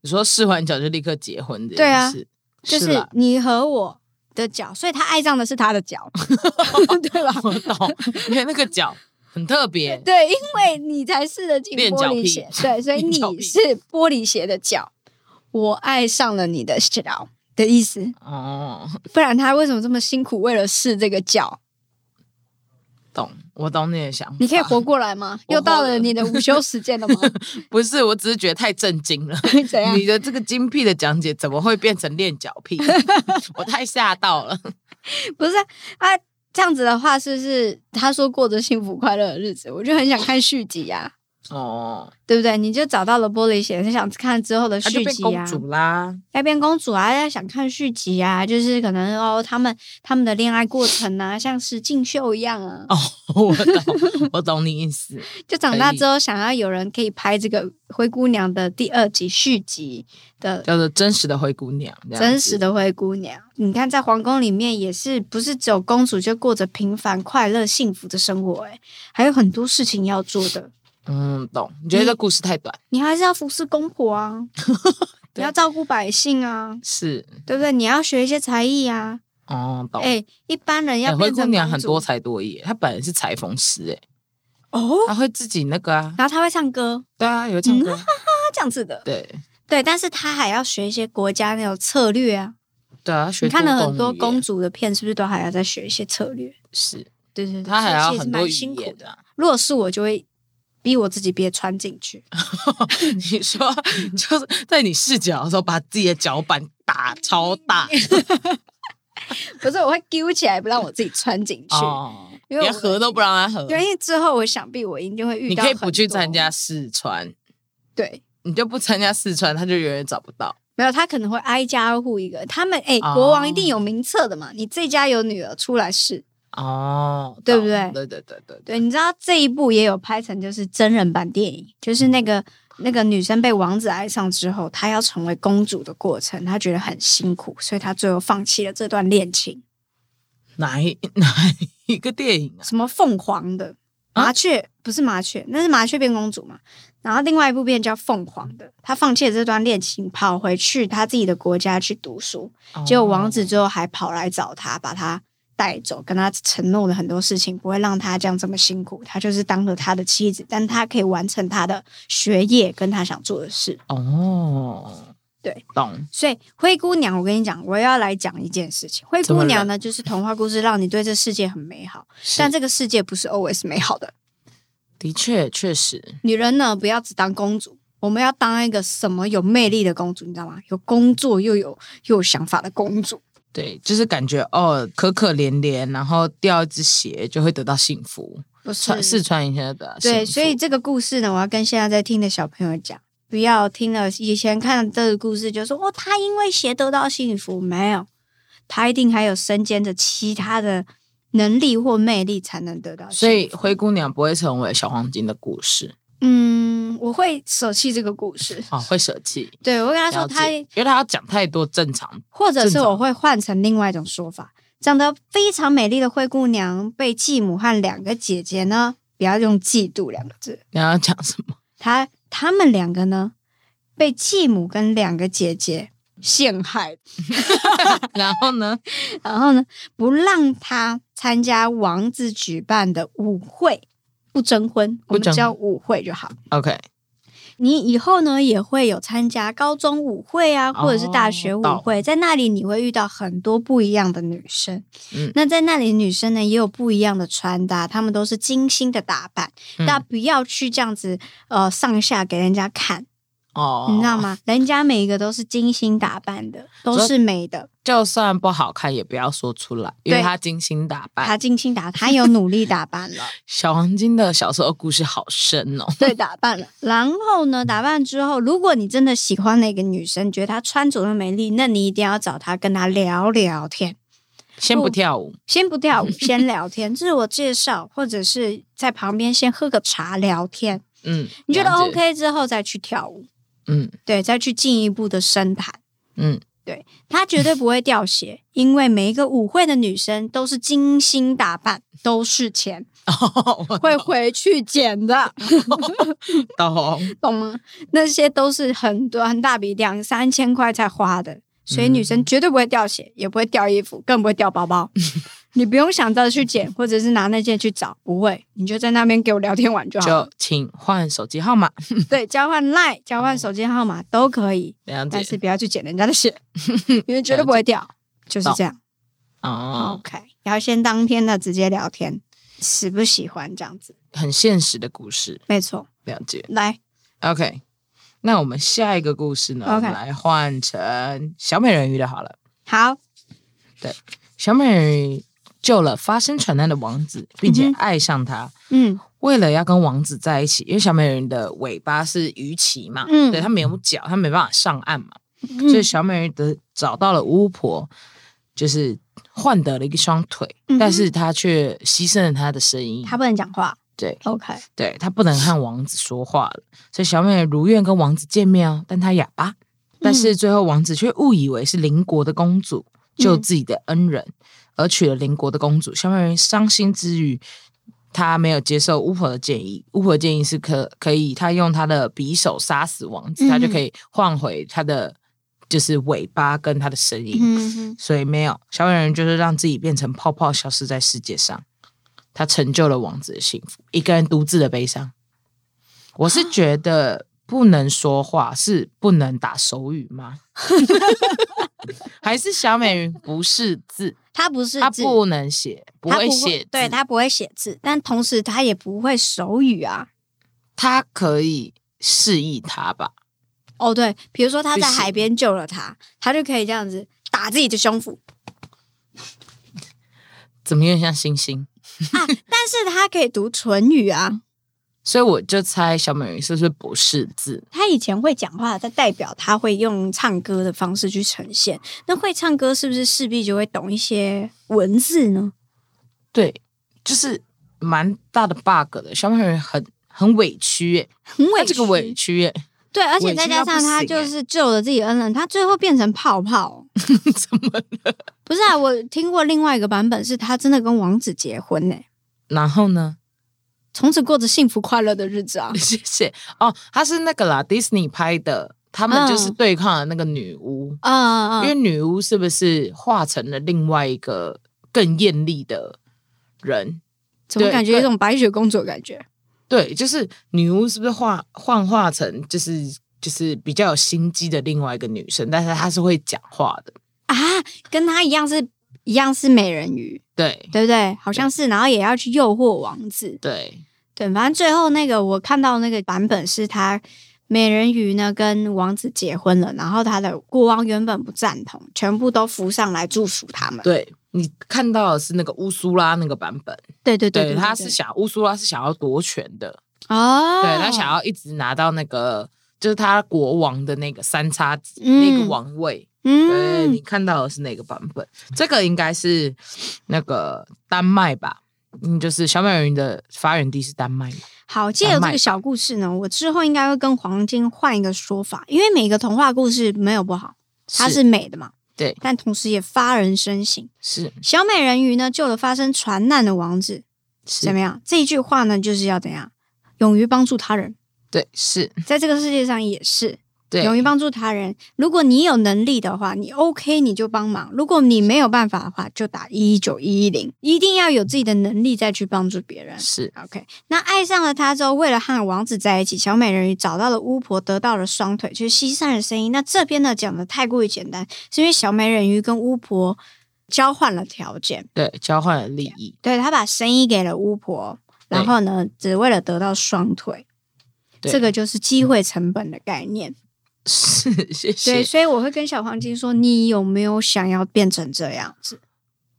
[SPEAKER 2] 你说试完脚就立刻结婚的，
[SPEAKER 3] 对啊
[SPEAKER 2] 是
[SPEAKER 3] 就是
[SPEAKER 2] 啦
[SPEAKER 3] 你和我的脚，所以他爱上的是他的脚， 对吧？
[SPEAKER 2] 我懂， 因为那个脚很特别，
[SPEAKER 3] 对，因为你才试得进
[SPEAKER 2] 练
[SPEAKER 3] 玻
[SPEAKER 2] 脚
[SPEAKER 3] 璃
[SPEAKER 2] 癖
[SPEAKER 3] 鞋，对，所以
[SPEAKER 2] 练
[SPEAKER 3] 你
[SPEAKER 2] 脚癖
[SPEAKER 3] 是玻璃鞋的脚，我爱上了你的脚的意思，
[SPEAKER 2] 哦，
[SPEAKER 3] 不然他为什么这么辛苦为了试这个脚？
[SPEAKER 2] 懂，我懂你的想法。
[SPEAKER 3] 你可以活过来吗？
[SPEAKER 2] 我
[SPEAKER 3] 又到
[SPEAKER 2] 活
[SPEAKER 3] 了
[SPEAKER 2] 了
[SPEAKER 3] 你的午休时间了 吗？
[SPEAKER 2] 不是，我只是觉得太震惊了。
[SPEAKER 3] 怎样？
[SPEAKER 2] 你的这个精辟的讲解怎么会变成练脚 癖？我太吓到了。
[SPEAKER 3] 不是啊啊，这样子的话，是不是他说过着幸福快乐的日子？我就很想看续集啊呀、
[SPEAKER 2] 哦，
[SPEAKER 3] 对不对？你就找到了玻璃鞋，就想看之后的
[SPEAKER 2] 她就
[SPEAKER 3] 续
[SPEAKER 2] 变
[SPEAKER 3] 集啊
[SPEAKER 2] 公
[SPEAKER 3] 呀、
[SPEAKER 2] 主啦。
[SPEAKER 3] 要变公主啊，要想看续集啊，就是可能哦，他们他们的恋爱过程啊，像是竞秀一样啊，
[SPEAKER 2] 哦，我懂，我懂你意思。
[SPEAKER 3] 就长大
[SPEAKER 2] 可以
[SPEAKER 3] 之后想要有人可以拍这个灰姑娘的第二集续集的
[SPEAKER 2] 叫做真实的灰姑娘，这样
[SPEAKER 3] 真
[SPEAKER 2] 子
[SPEAKER 3] 实的灰姑娘。你看，在皇宫里面也是不是只有公主就过着平凡、快乐、幸福的生活、欸？还有很多事情要做的，
[SPEAKER 2] 嗯，懂。你觉得这故事太短？
[SPEAKER 3] 你还是要服侍公 婆啊，你要照顾百姓啊，
[SPEAKER 2] 是，
[SPEAKER 3] 对不对？你要学一些才艺啊。
[SPEAKER 2] 哦，懂。
[SPEAKER 3] 哎、一般人要
[SPEAKER 2] 哎灰
[SPEAKER 3] 变
[SPEAKER 2] 姑
[SPEAKER 3] 成
[SPEAKER 2] 娘
[SPEAKER 3] 公
[SPEAKER 2] 很
[SPEAKER 3] 主
[SPEAKER 2] 多才多艺，她本来是裁缝师，哎，
[SPEAKER 3] 哦。
[SPEAKER 2] 她会自己那个啊，
[SPEAKER 3] 然后他会唱歌，
[SPEAKER 2] 对啊，有
[SPEAKER 3] 嗯
[SPEAKER 2] 唱歌，
[SPEAKER 3] 他哦这样子的，
[SPEAKER 2] 对
[SPEAKER 3] 对，但是他还要学一些国家那种策略啊。
[SPEAKER 2] 对啊，她学
[SPEAKER 3] 你看了很
[SPEAKER 2] 多
[SPEAKER 3] 多
[SPEAKER 2] 语言
[SPEAKER 3] 公主的片，是不是都还要再学一些策略？
[SPEAKER 2] 是，
[SPEAKER 3] 对对对，
[SPEAKER 2] 她还要
[SPEAKER 3] 其实
[SPEAKER 2] 很
[SPEAKER 3] 蛮
[SPEAKER 2] 多语
[SPEAKER 3] 辛苦
[SPEAKER 2] 言
[SPEAKER 3] 的。
[SPEAKER 2] 啊。
[SPEAKER 3] 如果是我，就会逼我自己别穿 进去。
[SPEAKER 2] 你 说，就是在你试脚的时候，把自己的脚板打
[SPEAKER 3] 嗯
[SPEAKER 2] 超大
[SPEAKER 3] 不是，我会揪起来不让我自己穿进去。
[SPEAKER 2] 哦，
[SPEAKER 3] 因为
[SPEAKER 2] 连
[SPEAKER 3] 我
[SPEAKER 2] 合都不让她合。
[SPEAKER 3] 对，因为之后我想必我一定会遇
[SPEAKER 2] 你
[SPEAKER 3] 到。
[SPEAKER 2] 可以不去参加。试穿，
[SPEAKER 3] 对，
[SPEAKER 2] 你就不参加试穿，她就永远找不到。
[SPEAKER 3] 没有他可能会挨家挨户一个。他们哎，
[SPEAKER 2] 哦
[SPEAKER 3] 国王一定有名册的嘛。你这家有女儿出来试。
[SPEAKER 2] 哦，
[SPEAKER 3] 对不
[SPEAKER 2] 懂
[SPEAKER 3] 对
[SPEAKER 2] 对对对对
[SPEAKER 3] 对，你知道这一部也有拍成就是真人版电影，就是那个那个女生被王子爱上之后，她要成为公主的过程，她觉得很辛苦，所以她最后放弃了这段恋情。
[SPEAKER 2] 哪一 哪一个电影啊？
[SPEAKER 3] 什么凤凰的麻雀、不是麻雀，那是麻雀变公主嘛。然后另外一部片叫《凤凰》的，她放弃了这段恋情，跑回去她自己的国家去读书。结果王子
[SPEAKER 2] 哦
[SPEAKER 3] 最后还跑来找她，把她带走，跟她承诺了很多事情，不会让她这样这么辛苦。她就是当了他的妻子，但她可以完成她的学业跟她想做的事。
[SPEAKER 2] 哦，
[SPEAKER 3] 对，
[SPEAKER 2] 懂
[SPEAKER 3] 所以灰姑娘，我跟你讲，我要来讲一件事情。灰
[SPEAKER 2] 怎么
[SPEAKER 3] 姑
[SPEAKER 2] 了
[SPEAKER 3] 娘呢，就是童话故事，让你对这世界很美好，
[SPEAKER 2] 是
[SPEAKER 3] 但这个世界不是 always 美好的。
[SPEAKER 2] 的确，确实，
[SPEAKER 3] 女人呢，不要只当公主，我们要当一个什么有魅力的公主，你知道吗？有工作又有又有想法的公主。
[SPEAKER 2] 对，就是感觉哦，可可怜怜，然后掉一只鞋就会得到幸福，
[SPEAKER 3] 不是
[SPEAKER 2] 穿试穿一下的幸福。
[SPEAKER 3] 对，所以这个故事呢，我要跟现在在听的小朋友讲，不要听了以前看这个故事就说哦，他因为鞋得到幸福，没有，他一定还有身兼着其他的能力或魅力才能得到幸福。
[SPEAKER 2] 所以灰姑娘不会成为小黄金的故事
[SPEAKER 3] 嗯，我会舍弃这个故事。
[SPEAKER 2] 啊、哦，会舍弃。
[SPEAKER 3] 对我跟他说
[SPEAKER 2] 了解
[SPEAKER 3] 他，
[SPEAKER 2] 因为他要讲太多正常，
[SPEAKER 3] 或者是
[SPEAKER 2] 正常
[SPEAKER 3] 我会换成另外一种说法：长得非常美丽的灰姑娘被继母和两个姐姐呢，不要用嫉妒两个字，
[SPEAKER 2] 你要讲什么？
[SPEAKER 3] 她她们两个呢被继母跟两个姐姐陷害，
[SPEAKER 2] 然后呢？
[SPEAKER 3] 然后呢不让她参加王子举办的舞会，不征婚，
[SPEAKER 2] 不
[SPEAKER 3] 我们
[SPEAKER 2] 征婚
[SPEAKER 3] 叫舞会就好。
[SPEAKER 2] OK，
[SPEAKER 3] 你以后呢也会有参加高中舞会啊，
[SPEAKER 2] 哦
[SPEAKER 3] 或者是大学舞会，在那里你会遇到很多不一样的女生。
[SPEAKER 2] 嗯
[SPEAKER 3] 那在那里女生呢也有不一样的穿搭，她们都是精心的打扮。
[SPEAKER 2] 嗯
[SPEAKER 3] 那不要去这样子呃上下给人家看，
[SPEAKER 2] 哦，
[SPEAKER 3] 你知道吗？人家每一个都是精心打扮的，都
[SPEAKER 2] 说
[SPEAKER 3] 是美的。
[SPEAKER 2] 就算不好看也不要说出来，因为
[SPEAKER 3] 对
[SPEAKER 2] 他精心打扮。
[SPEAKER 3] 她精心打，她有努力打扮 了。
[SPEAKER 2] 小黄金的小时候故事好深哦，
[SPEAKER 3] 对，打扮了。然后呢，打扮之后，如果你真的喜欢那个女生，觉得她穿着的美丽，那你一定要找她跟她聊聊天。
[SPEAKER 2] 先不跳舞，
[SPEAKER 3] 先 不跳舞，先聊天，自我介绍，或者是在旁边先喝个茶聊天。
[SPEAKER 2] 嗯，
[SPEAKER 3] 你觉得
[SPEAKER 2] 了解
[SPEAKER 3] OK 之后再去跳舞，
[SPEAKER 2] 嗯
[SPEAKER 3] 对，再去进一步的深谈。
[SPEAKER 2] 嗯，
[SPEAKER 3] 她绝对不会掉鞋，因为每一个舞会的女生都是精心打扮，都是钱，
[SPEAKER 2] 哦，我
[SPEAKER 3] 会回去捡的。
[SPEAKER 2] 懂，
[SPEAKER 3] 懂吗？那些都是很多很大笔，两三千块才花的，所以女
[SPEAKER 2] 嗯
[SPEAKER 3] 生绝对不会掉血，也不会掉衣服，更不会掉 包包。你不用想着去捡，或者是拿那件去找，不会，你就在那边给我聊天玩就好了。
[SPEAKER 2] 就请换手机号码，
[SPEAKER 3] 对，交换 line，交换手机号码都可以，
[SPEAKER 2] 哦了
[SPEAKER 3] 但是
[SPEAKER 2] 解
[SPEAKER 3] 不要去捡人家 的血，因为绝对不会掉，就是这样。
[SPEAKER 2] 哦，
[SPEAKER 3] OK，然后先当天的直接聊天，喜不喜欢这样子？
[SPEAKER 2] 很现实的故事，
[SPEAKER 3] 没错，
[SPEAKER 2] 了解。
[SPEAKER 3] 来，
[SPEAKER 2] OK，那我们下一个故事呢
[SPEAKER 3] OK
[SPEAKER 2] 我们来换成小美人鱼的好了。
[SPEAKER 3] 好，
[SPEAKER 2] 小美人鱼救了发生船难的王子，并且
[SPEAKER 3] 嗯
[SPEAKER 2] 爱上他。
[SPEAKER 3] 嗯
[SPEAKER 2] 为了要跟王子在一起，因为小美人鱼的尾巴是鱼鳍嘛，
[SPEAKER 3] 嗯
[SPEAKER 2] 对，它没有脚，它没办法上岸嘛，所以
[SPEAKER 3] 嗯
[SPEAKER 2] 小美人鱼得找到了巫婆，就是换得了一双腿，
[SPEAKER 3] 嗯哼
[SPEAKER 2] 但是她却牺牲了她的声音，
[SPEAKER 3] 他不能讲话
[SPEAKER 2] 嗯对
[SPEAKER 3] ，OK，
[SPEAKER 2] 对，她不能和王子说话了，所以小美人如愿跟王子见面哦，但她哑巴，但是最后王子却误以为是邻国的公主救自己的恩人，而娶了邻国的公主。小美人鱼伤心之余，她没有接受巫婆的建议。巫婆的建议是可可以，她用她的匕首杀死王子，她就
[SPEAKER 3] 嗯
[SPEAKER 2] 可以换回她的就是尾巴跟她的声音。
[SPEAKER 3] 嗯哼。
[SPEAKER 2] 所以没有小美人鱼就是让自己变成泡泡，消失在世界上。她成就了王子的幸福，一个人独自的悲伤。我是觉得不能说话是不能打手语吗？ 还是小美人鱼不识字，
[SPEAKER 3] 他不是
[SPEAKER 2] 她
[SPEAKER 3] 字
[SPEAKER 2] 不能写，不
[SPEAKER 3] 他
[SPEAKER 2] 会写字，
[SPEAKER 3] 对他不会写字，但同时他也不会手语啊。
[SPEAKER 2] 她可以示意他吧？
[SPEAKER 3] 哦，对，比如说他
[SPEAKER 2] 不
[SPEAKER 3] 在
[SPEAKER 2] 行
[SPEAKER 3] 海边救了他，他就可以这样子打自己的胸腹
[SPEAKER 2] 怎么有点像星星？
[SPEAKER 3] 啊，但是他可以读唇语啊。
[SPEAKER 2] 所以我就猜小美人鱼是不是不识字？
[SPEAKER 3] 他以前会讲话，但代表他会用唱歌的方式去呈现。那会唱歌是不是势必就会懂一些文字呢？
[SPEAKER 2] 对，就是蛮大的 bug 的。小美人鱼很很委屈、耶。
[SPEAKER 3] 很
[SPEAKER 2] 他
[SPEAKER 3] 委
[SPEAKER 2] 这
[SPEAKER 3] 屈，
[SPEAKER 2] 个委屈耶，
[SPEAKER 3] 对，而且
[SPEAKER 2] 委屈
[SPEAKER 3] 再加
[SPEAKER 2] 到不
[SPEAKER 3] 上他
[SPEAKER 2] 行
[SPEAKER 3] 就
[SPEAKER 2] 欸
[SPEAKER 3] 是救了自己恩人，他最后变成泡泡。
[SPEAKER 2] 怎么了？
[SPEAKER 3] 不是啊，我听过另外一个版本是他真的跟王子结婚呢、
[SPEAKER 2] 然后呢？！
[SPEAKER 3] 从此过着幸福快乐的日 子啊
[SPEAKER 2] 谢谢哦，他是那个啦，Disney 拍的，他们就是
[SPEAKER 3] 嗯
[SPEAKER 2] 对抗了那个女巫，
[SPEAKER 3] 啊啊
[SPEAKER 2] 因为女巫是不是化成了另外一个更艳丽的人？
[SPEAKER 3] 怎么
[SPEAKER 2] 对
[SPEAKER 3] 感觉
[SPEAKER 2] 对
[SPEAKER 3] 有种白雪公主的感觉？
[SPEAKER 2] 对，就是女巫是不是化幻化成就是就是比较有心机的另外一个女生，但是她是会讲话的，
[SPEAKER 3] 啊，跟她一样是一样是美人鱼，
[SPEAKER 2] 对
[SPEAKER 3] 对不对？好像是，然后也要去诱惑王子。
[SPEAKER 2] 对，
[SPEAKER 3] 对，反正最后那个我看到那个版本是他美人鱼呢跟王子结婚了，然后他的国王原本不赞同，全部都浮上来祝福他们。
[SPEAKER 2] 对你看到的是那个乌苏拉那个版本，
[SPEAKER 3] 对对对
[SPEAKER 2] 对，他是想乌苏拉是想要夺权的，
[SPEAKER 3] 哦，
[SPEAKER 2] 对他想要一直拿到那个就是他国王的那个三叉戟、
[SPEAKER 3] 嗯
[SPEAKER 2] 那个王位。对
[SPEAKER 3] 嗯
[SPEAKER 2] 你看到的是哪个版本？这个应该是那个丹麦吧？嗯，就是小美人鱼的发源地是丹麦嘛。
[SPEAKER 3] 好，借由
[SPEAKER 2] 丹
[SPEAKER 3] 这
[SPEAKER 2] 麦
[SPEAKER 3] 个小故事呢，我之后应该会跟黄金换一个说法，因为每个童话故事没有不好，它是美的嘛，
[SPEAKER 2] 对
[SPEAKER 3] 但同时也发人深省。
[SPEAKER 2] 是
[SPEAKER 3] 小美人鱼呢救了发生船难的王子，
[SPEAKER 2] 是
[SPEAKER 3] 怎么样？这一句话呢就是要怎样？勇于帮助 他人，
[SPEAKER 2] 对是
[SPEAKER 3] 在这个世界上也是
[SPEAKER 2] 对
[SPEAKER 3] 勇于帮助他人。如果你有能力的话，你 OK 你就帮忙；如果你没有办法的话，就打一一九一一零，一定要有自己的能力再去帮助别人。
[SPEAKER 2] 是
[SPEAKER 3] OK，那爱上了他之后，为了和王子在一起，小美人鱼找到了巫婆，得到了双腿，去西山的声音。那这边呢讲的太过于简单，是因为小美人鱼跟巫婆交换了条件，
[SPEAKER 2] 对交换了利益，
[SPEAKER 3] 对她把声音给了巫婆，
[SPEAKER 2] 对
[SPEAKER 3] 然后呢，只为了得到双腿。
[SPEAKER 2] 对嗯
[SPEAKER 3] 这个就是机会成本的概念，
[SPEAKER 2] 是谢
[SPEAKER 3] 对，
[SPEAKER 2] 谢。
[SPEAKER 3] 所以我会跟小黄金说，你有没有想要变成这样子？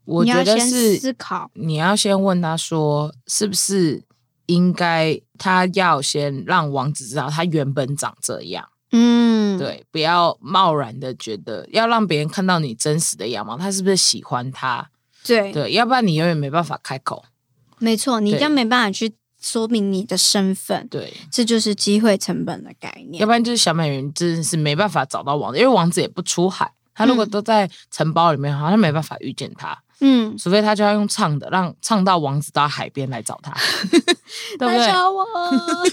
[SPEAKER 2] 我
[SPEAKER 3] 你
[SPEAKER 2] 觉
[SPEAKER 3] 要
[SPEAKER 2] 得
[SPEAKER 3] 先
[SPEAKER 2] 是
[SPEAKER 3] 思考，
[SPEAKER 2] 你要先问他说，是不是应该他要先让王子知道他原本长这样，
[SPEAKER 3] 嗯，，
[SPEAKER 2] 对，不要贸然的觉得要让别人看到你真实的样貌，他是不是喜欢他？
[SPEAKER 3] 对，
[SPEAKER 2] 对，要不然你永远没办法开口。
[SPEAKER 3] 没错，你
[SPEAKER 2] 对
[SPEAKER 3] 将没办法去说明你的身份，
[SPEAKER 2] 对，
[SPEAKER 3] 这就是机会成本的概
[SPEAKER 2] 要
[SPEAKER 3] 念。
[SPEAKER 2] 不然就是小美人真的是没办法找到王子，因为王子也不出海，他如果都在城堡里面，好像没办法遇见他，
[SPEAKER 3] 嗯，
[SPEAKER 2] 除非他就要用唱的，让唱到王子到海边来找 他，对不
[SPEAKER 3] 来
[SPEAKER 2] 对？
[SPEAKER 3] 找我，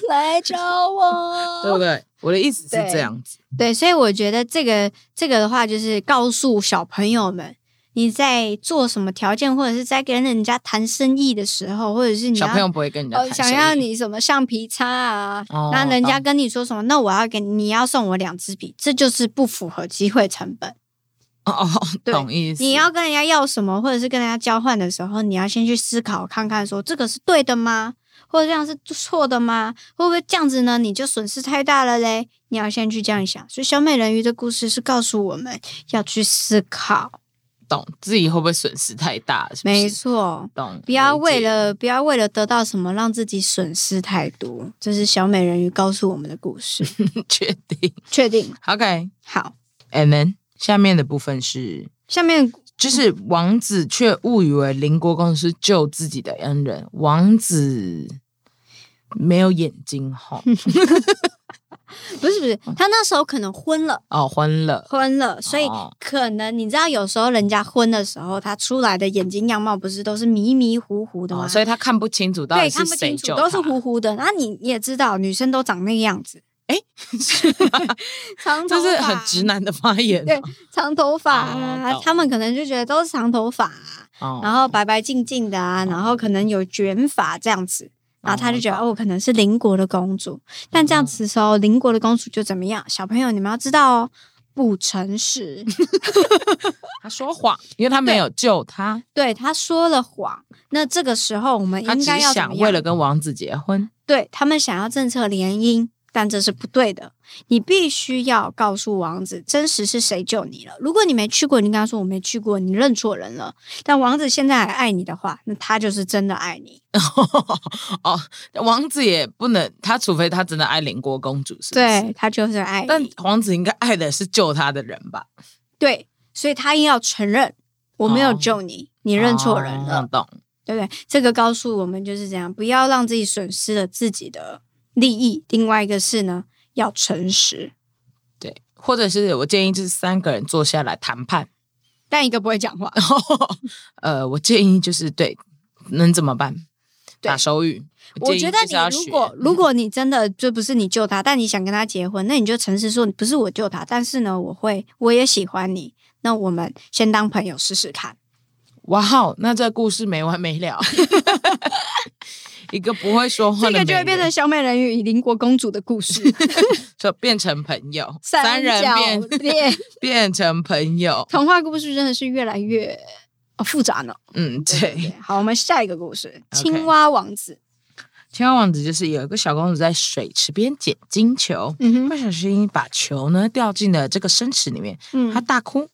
[SPEAKER 3] 来找
[SPEAKER 2] 对不
[SPEAKER 3] 我。
[SPEAKER 2] 对？我的意思是
[SPEAKER 3] 对
[SPEAKER 2] 这样子，
[SPEAKER 3] 对，所以我觉得这个这个的话，就是告诉小朋友们，你在做什么条件，或者是在跟人家谈生意的时候，或者是你
[SPEAKER 2] 小
[SPEAKER 3] 要
[SPEAKER 2] 朋友不会跟人家
[SPEAKER 3] 哦
[SPEAKER 2] 谈
[SPEAKER 3] 想
[SPEAKER 2] 生
[SPEAKER 3] 要
[SPEAKER 2] 意
[SPEAKER 3] 你什么橡皮擦啊，
[SPEAKER 2] 哦
[SPEAKER 3] 那人家
[SPEAKER 2] 懂
[SPEAKER 3] 跟你说什么，那我要给你要送我两支笔，这就是不符合机会成本。
[SPEAKER 2] 哦哦，
[SPEAKER 3] 对
[SPEAKER 2] 懂意思，
[SPEAKER 3] 你要跟人家要什么，或者是跟人家交换的时候，你要先去思考看看说，这个是对的吗？或者这样是错的吗？会不会这样子呢？你就损失太大了嘞！你要先去这样想。所以小美人鱼的故事是告诉我们要去思考，
[SPEAKER 2] 懂自己会不会损失太大？是不
[SPEAKER 3] 没
[SPEAKER 2] 是
[SPEAKER 3] 错，
[SPEAKER 2] 懂，
[SPEAKER 3] 不要为
[SPEAKER 2] 理解
[SPEAKER 3] 了不要为了得到什么让自己损失太多。这是小美人鱼告诉我们的故事。
[SPEAKER 2] 确定
[SPEAKER 3] 确定
[SPEAKER 2] ，OK，and
[SPEAKER 3] 好，
[SPEAKER 2] then 下面的部分是
[SPEAKER 3] 下面
[SPEAKER 2] 就是王子却误以为邻国公是救自己的恩人，王子没有眼睛哈，
[SPEAKER 3] 嗯不是不是，他那时候可能昏了。
[SPEAKER 2] 哦，昏 了，
[SPEAKER 3] 昏了，所以
[SPEAKER 2] 哦
[SPEAKER 3] 可能你知道，有时候人家昏的时候，他出来的眼睛样貌不是都是迷迷糊糊的吗？
[SPEAKER 2] 哦，所
[SPEAKER 3] 以
[SPEAKER 2] 以他看不清楚到
[SPEAKER 3] 啊对
[SPEAKER 2] 底
[SPEAKER 3] 看
[SPEAKER 2] 是
[SPEAKER 3] 不
[SPEAKER 2] 谁
[SPEAKER 3] 清楚，
[SPEAKER 2] 救
[SPEAKER 3] 都是
[SPEAKER 2] 他
[SPEAKER 3] 糊糊的。那你也知道，女生都长那个样子， 长头
[SPEAKER 2] 这
[SPEAKER 3] 发，
[SPEAKER 2] 是很直，男的发言
[SPEAKER 3] 对长头发啊
[SPEAKER 2] 哦，懂
[SPEAKER 3] 他们可能就觉得都是长头发啊，
[SPEAKER 2] 哦，
[SPEAKER 3] 然
[SPEAKER 2] 后
[SPEAKER 3] 后白白净净的啊，然后可能有卷发这样子。然后他就觉得
[SPEAKER 2] 懂嗯
[SPEAKER 3] 哦，我可能是邻国的公主，但这样子的时候，邻国的公主就怎么样？小朋友，你们要知道哦，不诚实。
[SPEAKER 2] 他说谎，因为他没有救他，
[SPEAKER 3] 对，他说了谎。那这个时候，我们
[SPEAKER 2] 他
[SPEAKER 3] 应
[SPEAKER 2] 只
[SPEAKER 3] 该要怎么
[SPEAKER 2] 想
[SPEAKER 3] 样？
[SPEAKER 2] 为了跟王子结婚，
[SPEAKER 3] 对他们想要政策联姻，但这是不对的。你必须要告诉王子，真实是谁救你了。如果你没去过，你跟他说我没去过，你认错人了。但王子现在还爱你的话，那他就是真的爱你。
[SPEAKER 2] 哦，王子也不能，他除非他真的爱邻国公主，是不
[SPEAKER 3] 对
[SPEAKER 2] 是？
[SPEAKER 3] 他就是爱
[SPEAKER 2] 但
[SPEAKER 3] 你。
[SPEAKER 2] 王子应该爱的是救他的人吧？
[SPEAKER 3] 对，所以他硬要承认我没有
[SPEAKER 2] 哦
[SPEAKER 3] 救你，你认错人了
[SPEAKER 2] 哦，懂？
[SPEAKER 3] 对不对？这个告诉我们就是这样，不要让自己损失了自己的利益。另外一个是呢，要诚实。
[SPEAKER 2] 对，或者是我建议就是三个人坐下来谈判。
[SPEAKER 3] 但一个不会讲话，
[SPEAKER 2] 呃，我建议就是对，能怎么办？
[SPEAKER 3] 对
[SPEAKER 2] 打手语。
[SPEAKER 3] 我
[SPEAKER 2] 建
[SPEAKER 3] 觉
[SPEAKER 2] 议
[SPEAKER 3] 得
[SPEAKER 2] 就是要
[SPEAKER 3] 你如
[SPEAKER 2] 学嗯
[SPEAKER 3] 果如果你真的就不是你救他，但你想跟他结婚，那你就诚实说，不是我救他，但是呢，我会我也喜欢你，那我们先当朋友试试看。
[SPEAKER 2] 哇哦，那这故事没完没 了。一个不会说话
[SPEAKER 3] 这
[SPEAKER 2] 的美
[SPEAKER 3] 个
[SPEAKER 2] 人，
[SPEAKER 3] 就会变成小美人鱼与邻国公主的 故事，
[SPEAKER 2] 就变成朋友，三人
[SPEAKER 3] 角
[SPEAKER 2] 变
[SPEAKER 3] 恋
[SPEAKER 2] 变成朋友。
[SPEAKER 3] 童话故事真的是越来越、哦、复杂呢。
[SPEAKER 2] 嗯，
[SPEAKER 3] 对对
[SPEAKER 2] 对，
[SPEAKER 3] 好，我们下一个故事《
[SPEAKER 2] OK
[SPEAKER 3] 青蛙王子》
[SPEAKER 2] 青蛙王子就是有一个小公主在水池边捡金球，
[SPEAKER 3] 嗯
[SPEAKER 2] 不
[SPEAKER 3] 哼，
[SPEAKER 2] 小心把球呢掉进了这个深池里面，
[SPEAKER 3] 嗯，
[SPEAKER 2] 她大哭，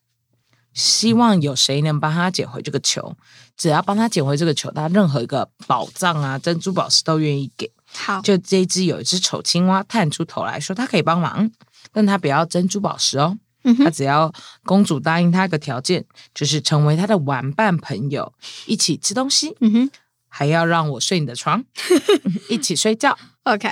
[SPEAKER 2] 希望有谁能帮她捡回这个球。只要帮她捡回这个球，她任何一个宝藏啊、珍珠宝石都愿意给。
[SPEAKER 3] 好，
[SPEAKER 2] 就这一只有一只丑青蛙探出头来说，它可以帮忙，但它不要珍珠宝石哦，
[SPEAKER 3] 嗯
[SPEAKER 2] 它
[SPEAKER 3] 哼，
[SPEAKER 2] 只要公主答应它一个条件，就是成为它的玩伴朋友，一起吃东西，
[SPEAKER 3] 嗯哼
[SPEAKER 2] 还要让我睡你的 床，嗯一起睡觉。
[SPEAKER 3] ，OK，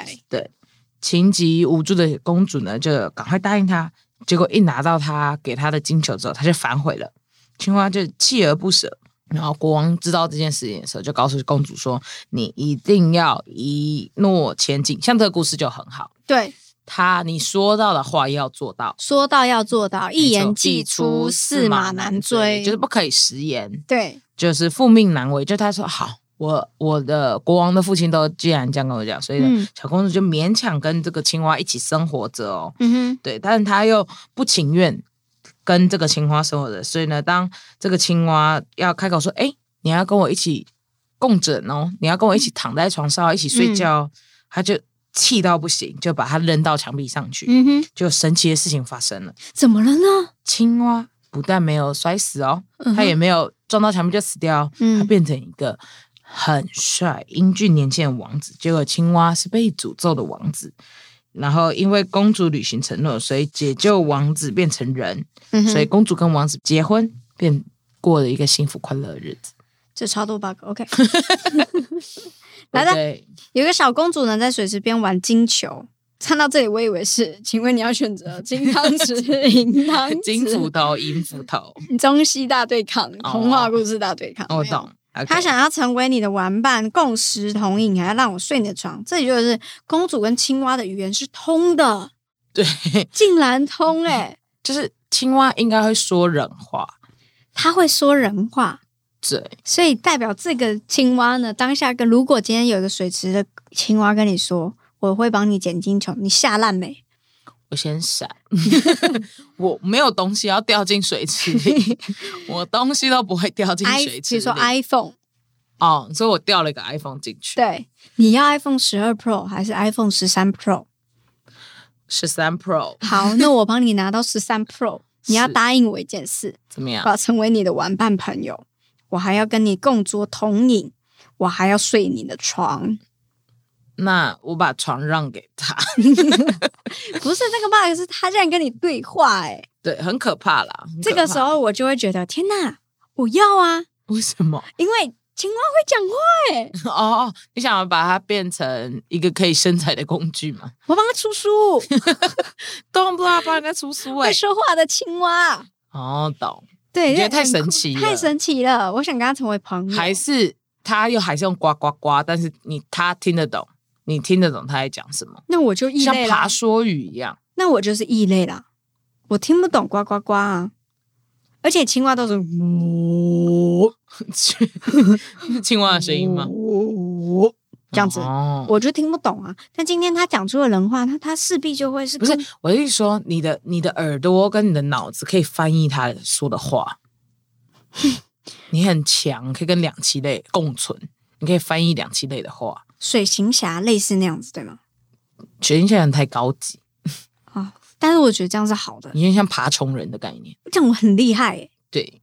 [SPEAKER 2] 情急无助的公主呢，就赶快答应他。结果一拿到他给他的金球之后，他就反悔了。青蛙就锲而不舍。然后国王知道这件事情的时候，就告诉公主说：“你一定要一诺千金。”像这个故事就很好，
[SPEAKER 3] 对，
[SPEAKER 2] 他你说到的话要做到，
[SPEAKER 3] 说到要做到，一
[SPEAKER 2] 没
[SPEAKER 3] 言
[SPEAKER 2] 错
[SPEAKER 3] 既出，驷马难追，
[SPEAKER 2] 就是不可以食言，
[SPEAKER 3] 对，
[SPEAKER 2] 就是父命难违。就他说好，我我的国王的父亲都既然这样跟我讲，所以呢，
[SPEAKER 3] 嗯
[SPEAKER 2] 小公主就勉强跟这个青蛙一起生活着哦。
[SPEAKER 3] 嗯
[SPEAKER 2] 对，但是他又不情愿跟这个青蛙生活的，所以呢，当这个青蛙要开口说：“哎，你要跟我一起共枕哦，你要跟我一起
[SPEAKER 3] 嗯
[SPEAKER 2] 躺在床上，一起睡觉哦。他就气到不行，就把它扔到墙壁上去。
[SPEAKER 3] 哼，嗯哼，
[SPEAKER 2] 就神奇的事情发生了，
[SPEAKER 3] 怎么了呢？
[SPEAKER 2] 青蛙不但没有摔死哦，
[SPEAKER 3] 嗯
[SPEAKER 2] 它也
[SPEAKER 3] 哼，
[SPEAKER 2] 没有撞到墙壁就死掉哦，它
[SPEAKER 3] 嗯，
[SPEAKER 2] 变成一个很帅、英俊、年轻的王子。结果青蛙是被诅咒的王子，然后因为公主履行承诺，所以解救王子变成人，
[SPEAKER 3] 嗯哼
[SPEAKER 2] 所以公主跟王子结婚，便过了一个幸福快乐的日子。
[SPEAKER 3] 这超多 bug，OK，
[SPEAKER 2] 对
[SPEAKER 3] 来吧
[SPEAKER 2] 不对，
[SPEAKER 3] 有一个小公主呢，在水池边玩金球。看到这里，我以为是，请问你要选择金汤 匙、银汤匙、
[SPEAKER 2] 金斧头、银斧头，
[SPEAKER 3] 中西大对抗、
[SPEAKER 2] 哦
[SPEAKER 3] 童话故事大对抗。
[SPEAKER 2] 我
[SPEAKER 3] 没有
[SPEAKER 2] 懂。OK
[SPEAKER 3] 他想要成为你的玩伴，共食同饮，还要让我睡你的床。这里就是公主跟青蛙的语言是通的，
[SPEAKER 2] 对，
[SPEAKER 3] 竟然通哎、
[SPEAKER 2] 就是青蛙应该会说人话，
[SPEAKER 3] 他会说人话，
[SPEAKER 2] 对，
[SPEAKER 3] 所以代表这个青蛙呢，当下跟如果今天有一个水池的青蛙跟你说，我会帮你捡金球，你下烂没？
[SPEAKER 2] 我先 闪，我没有东西要掉进水池 里，我东西都不会掉进
[SPEAKER 3] i
[SPEAKER 2] 水
[SPEAKER 3] 比
[SPEAKER 2] 池
[SPEAKER 3] 如
[SPEAKER 2] 里。
[SPEAKER 3] 说 iPhone，
[SPEAKER 2] 哦，所以我掉了一个 iPhone 进去，
[SPEAKER 3] 对，你要 iPhone 十二 Pro 还是 iPhone 十三 Pro？
[SPEAKER 2] 十三 Pro
[SPEAKER 3] 好，那我帮你拿到十三 Pro，你要
[SPEAKER 2] 是
[SPEAKER 3] 答应我一件事，
[SPEAKER 2] 怎么
[SPEAKER 3] 我
[SPEAKER 2] 样？
[SPEAKER 3] 要成为你的玩伴朋友，我还要跟你共桌同饮，我还要睡你的床。
[SPEAKER 2] 那我把床让给他，
[SPEAKER 3] 不是这个 bug，是他竟然跟你对话、欸，哎，
[SPEAKER 2] 对，很可怕啦。很可
[SPEAKER 3] 这
[SPEAKER 2] 怕
[SPEAKER 3] 个时候我就会觉得天哪，我要啊，
[SPEAKER 2] 为什么？
[SPEAKER 3] 因为青蛙会讲话，
[SPEAKER 2] 哦哦，你想要把它变成一个可以生财的工具吗？
[SPEAKER 3] 我帮他出 书，
[SPEAKER 2] 动不动要帮人家出书哎、
[SPEAKER 3] 会说话的青蛙。
[SPEAKER 2] 哦，懂，
[SPEAKER 3] 对，
[SPEAKER 2] 你觉得太
[SPEAKER 3] 很
[SPEAKER 2] 神
[SPEAKER 3] 酷
[SPEAKER 2] 奇了
[SPEAKER 3] 太神奇了！我想跟他成为朋友，
[SPEAKER 2] 还是他又还是用呱呱呱，但是你他听得懂，你听得懂他在讲什么，
[SPEAKER 3] 那我就异
[SPEAKER 2] 像
[SPEAKER 3] 类啦
[SPEAKER 2] 爬，说语一 样。
[SPEAKER 3] 那我就是异类啦，我听不懂呱呱呱啊，而且青蛙都是呜
[SPEAKER 2] 青蛙的声音吗？
[SPEAKER 3] 嗯这样子，
[SPEAKER 2] 哦，
[SPEAKER 3] 我就听不懂啊。但今天他讲出了人话，那他势必就会是
[SPEAKER 2] 不是
[SPEAKER 3] 跟，
[SPEAKER 2] 我的意思说，你的你的耳朵跟你的脑子可以翻译他说的话，你很强，可以跟两栖类共存，你可以翻译两栖类的话。
[SPEAKER 3] 水行侠类似那样子，对吗？
[SPEAKER 2] 学音现在太高级，
[SPEAKER 3] 啊，但是我觉得这样是好的，
[SPEAKER 2] 有点像爬虫人的概念。
[SPEAKER 3] 这样我很厉害、欸，
[SPEAKER 2] 对，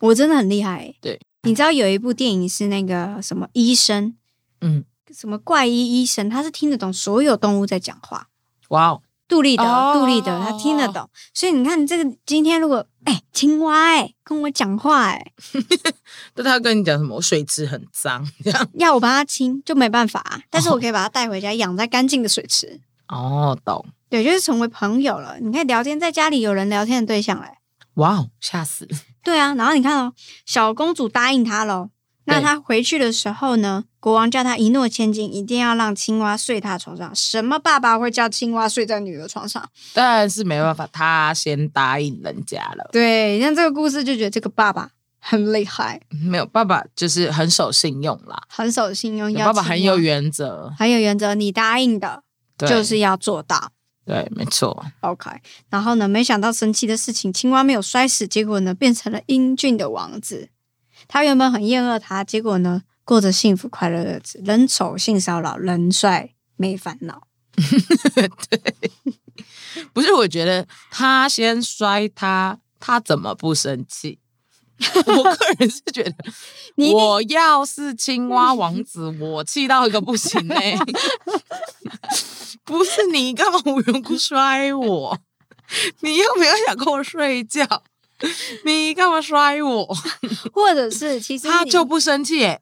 [SPEAKER 3] 我真的很厉害、欸。
[SPEAKER 2] 对，
[SPEAKER 3] 你知道有一部电影是那个什么医生，
[SPEAKER 2] 嗯，
[SPEAKER 3] 什么怪医医生，他是听得懂所有动物在讲话。
[SPEAKER 2] 哇哦，
[SPEAKER 3] 杜立德，
[SPEAKER 2] 哦
[SPEAKER 3] 杜立德，他听得懂，所以你看，这个今天如果哎、青蛙哎、跟我讲话 哎、
[SPEAKER 2] 但他跟你讲什么？我水质很脏， 这样。
[SPEAKER 3] 要我帮它清就没办法、啊，但是我可以把它带回家养在干净的水池。
[SPEAKER 2] 哦，懂。
[SPEAKER 3] 对，就是成为朋友了。你可以聊天，在家里有人聊天的对象嘞。
[SPEAKER 2] 哇哦，吓死！
[SPEAKER 3] 对啊，然后你看哦，小公主答应他喽。那
[SPEAKER 2] 对
[SPEAKER 3] 她回去的时候呢，国王叫她一诺千金，一定要让青蛙睡她床上。什么爸爸会叫青蛙睡在女儿床上？
[SPEAKER 2] 但是没办法，他先答应人家了。
[SPEAKER 3] 对，那这个故事就觉得这个爸爸很厉害，
[SPEAKER 2] 没有，爸爸就是很守信用啦，
[SPEAKER 3] 很啊守信用，要
[SPEAKER 2] 爸爸很有
[SPEAKER 3] 青蛙
[SPEAKER 2] 原则，
[SPEAKER 3] 很有原则，你答应的
[SPEAKER 2] 对
[SPEAKER 3] 就是要做到。
[SPEAKER 2] 对，没错。
[SPEAKER 3] OK，然后呢，没想到神奇的事情，青蛙没有摔死，结果呢变成了英俊的王子。他原本很厌恶他，结果呢过着幸福快乐的日子，人丑性骚扰，人帅没烦恼。
[SPEAKER 2] 不是，我觉得他先摔他，他怎么不生气？ 我个人是觉得，
[SPEAKER 3] 你一定
[SPEAKER 2] 我要是青蛙王子，我气到一个不行呢、 不是你干嘛无缘无故摔我？你又没有想跟我睡觉？你干嘛摔我？
[SPEAKER 3] 或者是其实
[SPEAKER 2] 他
[SPEAKER 3] 你
[SPEAKER 2] 就不生气、欸，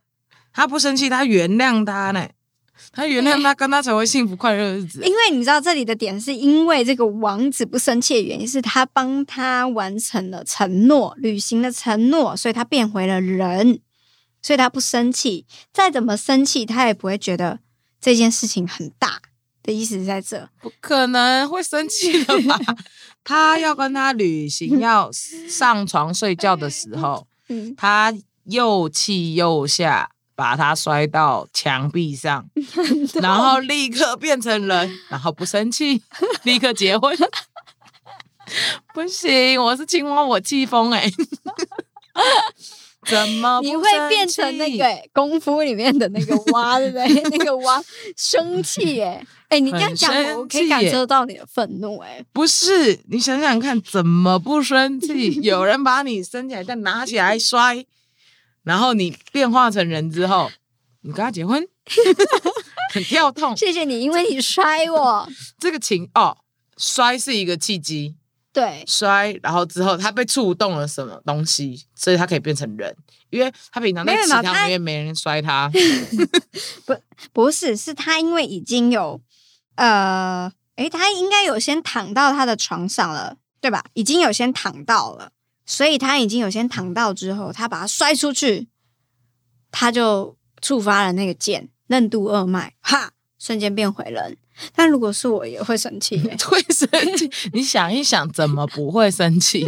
[SPEAKER 2] 他不生气，他原谅他呢、他原谅他，跟他才会幸福快乐的日子欸、
[SPEAKER 3] 因为你知道这里的点是因为这个王子不生气的原因是他帮他完成了承诺，履行了承诺，所以他变回了人，所以他不生气。再怎么生气，他也不会觉得这件事情很大的意思是在这。
[SPEAKER 2] 不可能会生气的吧？ 他要跟他旅行，要上床睡觉的时候，
[SPEAKER 3] 嗯，
[SPEAKER 2] 他又气又吓，把他摔到墙壁上，然后立刻变成人，然后不生气，立刻结婚。 不行，我是青蛙，我气疯哎！ 怎么不
[SPEAKER 3] 你会
[SPEAKER 2] 生
[SPEAKER 3] 变成那
[SPEAKER 2] 气
[SPEAKER 3] 个、欸功夫里面的那个蛙，对不对？ 那个蛙生气耶、 欸！哎、你这样讲
[SPEAKER 2] 很，
[SPEAKER 3] 我
[SPEAKER 2] 生
[SPEAKER 3] 可以
[SPEAKER 2] 气
[SPEAKER 3] 感
[SPEAKER 2] 耶
[SPEAKER 3] 受到你的愤怒哎、
[SPEAKER 2] 不是，你想想看，怎么不生气？有人把你升起来，再拿起来摔，然后你变化成人之后，你跟他结婚， 很跳痛。
[SPEAKER 3] 谢谢你，因为你摔我，
[SPEAKER 2] 这个情哦，摔是一个契机，
[SPEAKER 3] 对，
[SPEAKER 2] 摔，然后之后他被触动了什么东西，所以他可以变成人，因为他平常在
[SPEAKER 3] 没有
[SPEAKER 2] 池
[SPEAKER 3] 嘛
[SPEAKER 2] 塘
[SPEAKER 3] 他
[SPEAKER 2] 里面没人摔他，。
[SPEAKER 3] 不是，是他因为已经有，呃，诶，他应该有先躺到他的床上了，对吧？已经有先躺到了，所以他已经有先躺到之后，他把他摔出去，他就触发了那个剑，任督二脉，哈，瞬间变回人。但如果是我，也会生气、欸
[SPEAKER 2] 会生气。你想一想，怎么不会生 气？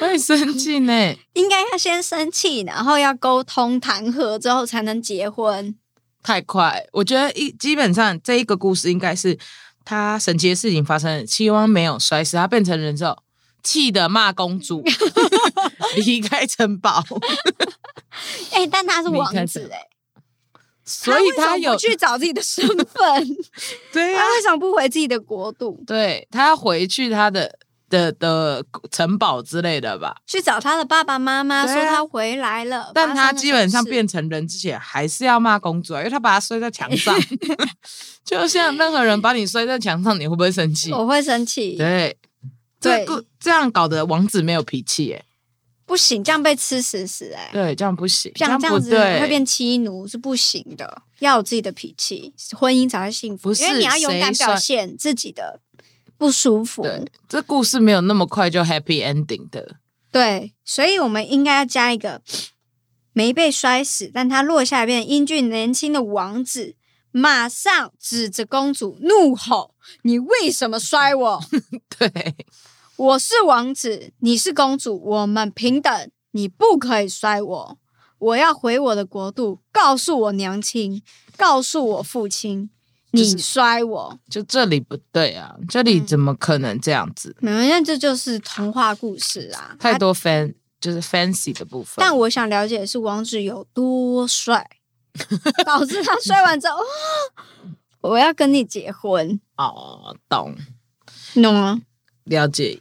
[SPEAKER 2] 会生气呢？
[SPEAKER 3] 应该要先生气，然后要沟通谈和之后才能结婚。
[SPEAKER 2] 太快。我觉得一基本上这一个故事应该是他神奇的事情发生了，青蛙没有摔死，他变成人之后，气得骂公主，离开城堡，
[SPEAKER 3] 诶，但他是
[SPEAKER 2] 没
[SPEAKER 3] 王
[SPEAKER 2] 看
[SPEAKER 3] 子
[SPEAKER 2] 见
[SPEAKER 3] 诶，
[SPEAKER 2] 啊所以
[SPEAKER 3] 为什
[SPEAKER 2] 他
[SPEAKER 3] 么不
[SPEAKER 2] 有
[SPEAKER 3] 去找自己的身份。
[SPEAKER 2] 对啊
[SPEAKER 3] 他，为什么不回自己的国度，
[SPEAKER 2] 对他要回去他的的的城堡之类的吧。
[SPEAKER 3] 去找他的爸爸妈妈，
[SPEAKER 2] 对
[SPEAKER 3] 说
[SPEAKER 2] 啊
[SPEAKER 3] 他回来了？
[SPEAKER 2] 但
[SPEAKER 3] 发
[SPEAKER 2] 他
[SPEAKER 3] 生了
[SPEAKER 2] 基本上
[SPEAKER 3] 什么事
[SPEAKER 2] 变成人之前，还是要骂公主啊，因为他把他摔在墙上，就像任何人把你摔在墙上，你会不会生气？
[SPEAKER 3] 我会生气，
[SPEAKER 2] 对，
[SPEAKER 3] 对
[SPEAKER 2] 这个这样搞得王子没有脾气耶、
[SPEAKER 3] 不行，这样被吃死死哎、
[SPEAKER 2] 对，这样不行，
[SPEAKER 3] 像这
[SPEAKER 2] 不
[SPEAKER 3] 样子
[SPEAKER 2] 对，
[SPEAKER 3] 会变妻奴是不行的，要有自己的脾气，婚姻才会幸福。
[SPEAKER 2] 不是
[SPEAKER 3] 因为你要勇
[SPEAKER 2] 谁
[SPEAKER 3] 敢
[SPEAKER 2] 算
[SPEAKER 3] 表现自己的不舒服。
[SPEAKER 2] 对。这故事没有那么快就 happy ending 的，
[SPEAKER 3] 对，所以我们应该要加一个没被摔死，但他落下来变成英俊年轻的王子，马上指着公主怒吼：“你为什么摔我？”
[SPEAKER 2] 对，
[SPEAKER 3] 我是王子，你是公主，我们平等，你不可以摔我。我要回我的国度，告诉我娘亲，告诉我父亲，
[SPEAKER 2] 就是
[SPEAKER 3] 你摔我。
[SPEAKER 2] 就这里不对啊，这里
[SPEAKER 3] 嗯
[SPEAKER 2] 怎么可能这样子？
[SPEAKER 3] 没有，嗯那这就是童话故事啊。
[SPEAKER 2] 太
[SPEAKER 3] 啊
[SPEAKER 2] 多 fan、就是 fancy 的部分，
[SPEAKER 3] 但我想了解的是王子有多帅， 导致他摔完之后，啊哦我要跟你结婚，
[SPEAKER 2] 哦 懂
[SPEAKER 3] 你懂吗？
[SPEAKER 2] 了解。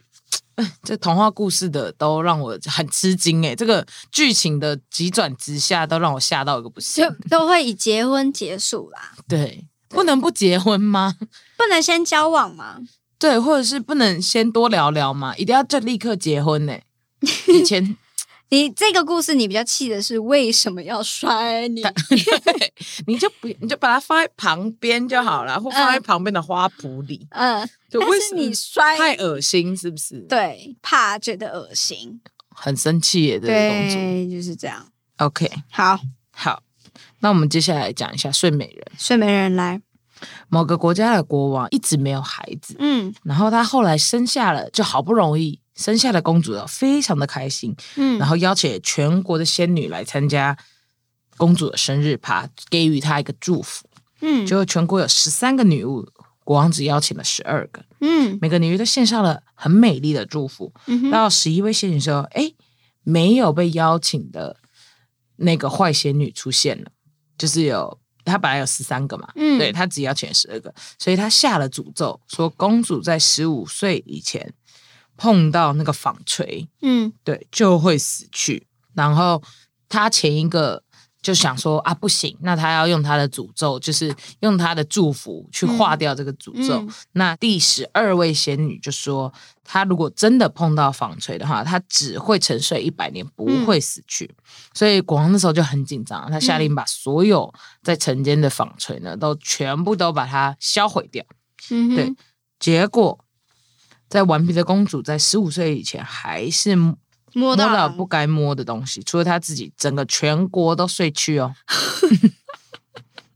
[SPEAKER 2] 哎这童话故事的都让我很吃惊哎、这个剧情的急转直下都让我吓到一个不行
[SPEAKER 3] 就。都会以结婚结束啦，
[SPEAKER 2] 对，不能不结婚吗？
[SPEAKER 3] 不能先交往吗？
[SPEAKER 2] 对，或者是不能先多聊聊吗？一定要就立刻结婚呢、以前
[SPEAKER 3] 你这个故事，你比较气的是为什么要摔你？
[SPEAKER 2] 对，你就不你就把它放在旁边就好了，或放在旁边的花圃里。
[SPEAKER 3] 嗯，
[SPEAKER 2] 就
[SPEAKER 3] 但
[SPEAKER 2] 为
[SPEAKER 3] 是
[SPEAKER 2] 什么
[SPEAKER 3] 你摔，
[SPEAKER 2] 太恶心？是不是？，
[SPEAKER 3] 对，怕觉得恶心，
[SPEAKER 2] 很生气耶，这个公主。
[SPEAKER 3] 对，就是这样。
[SPEAKER 2] OK，
[SPEAKER 3] 好，
[SPEAKER 2] 好，那我们接下来讲一下睡美人。
[SPEAKER 3] 睡美人来，
[SPEAKER 2] 某个国家的国王一直没有孩子，
[SPEAKER 3] 嗯
[SPEAKER 2] 然后他后来生下了，就好不容易生下了公主了，非常的开心，然
[SPEAKER 3] 嗯，
[SPEAKER 2] 后邀请全国的仙女来参加公主的生日趴，给予她一个祝福。
[SPEAKER 3] 嗯，
[SPEAKER 2] 结果全国有十三个女巫，国王只邀请了十二个，
[SPEAKER 3] 嗯
[SPEAKER 2] 每个女巫都献上了很美丽的祝福。
[SPEAKER 3] 嗯哼，
[SPEAKER 2] 到十一位仙女时候，哎，没有被邀请的那个坏仙女出现了，就是有他本来有十三个嘛，
[SPEAKER 3] 嗯
[SPEAKER 2] 对他只要前十二个，所以他下了诅咒，说公主在十五岁以前碰到那个纺锤，
[SPEAKER 3] 嗯
[SPEAKER 2] 对，就会死去。然后他前一个就想说啊，不行，那他要用他的诅咒，就是用他的祝福去化掉这个诅咒。
[SPEAKER 3] 嗯
[SPEAKER 2] 那第十二位仙女就说，她如果真的碰到纺锤的话，她只会沉睡一百年，不会死去。所以国王那时候就很紧张，他下令把所有在晨间的纺锤呢，都全部都把它销毁掉。
[SPEAKER 3] 嗯哼，
[SPEAKER 2] 对结果，在顽皮的公主在十五岁以前还是
[SPEAKER 3] 摸
[SPEAKER 2] 摸
[SPEAKER 3] 到
[SPEAKER 2] 到
[SPEAKER 3] 了
[SPEAKER 2] 不该摸的东西，除了他自己，整个全国都睡去哦。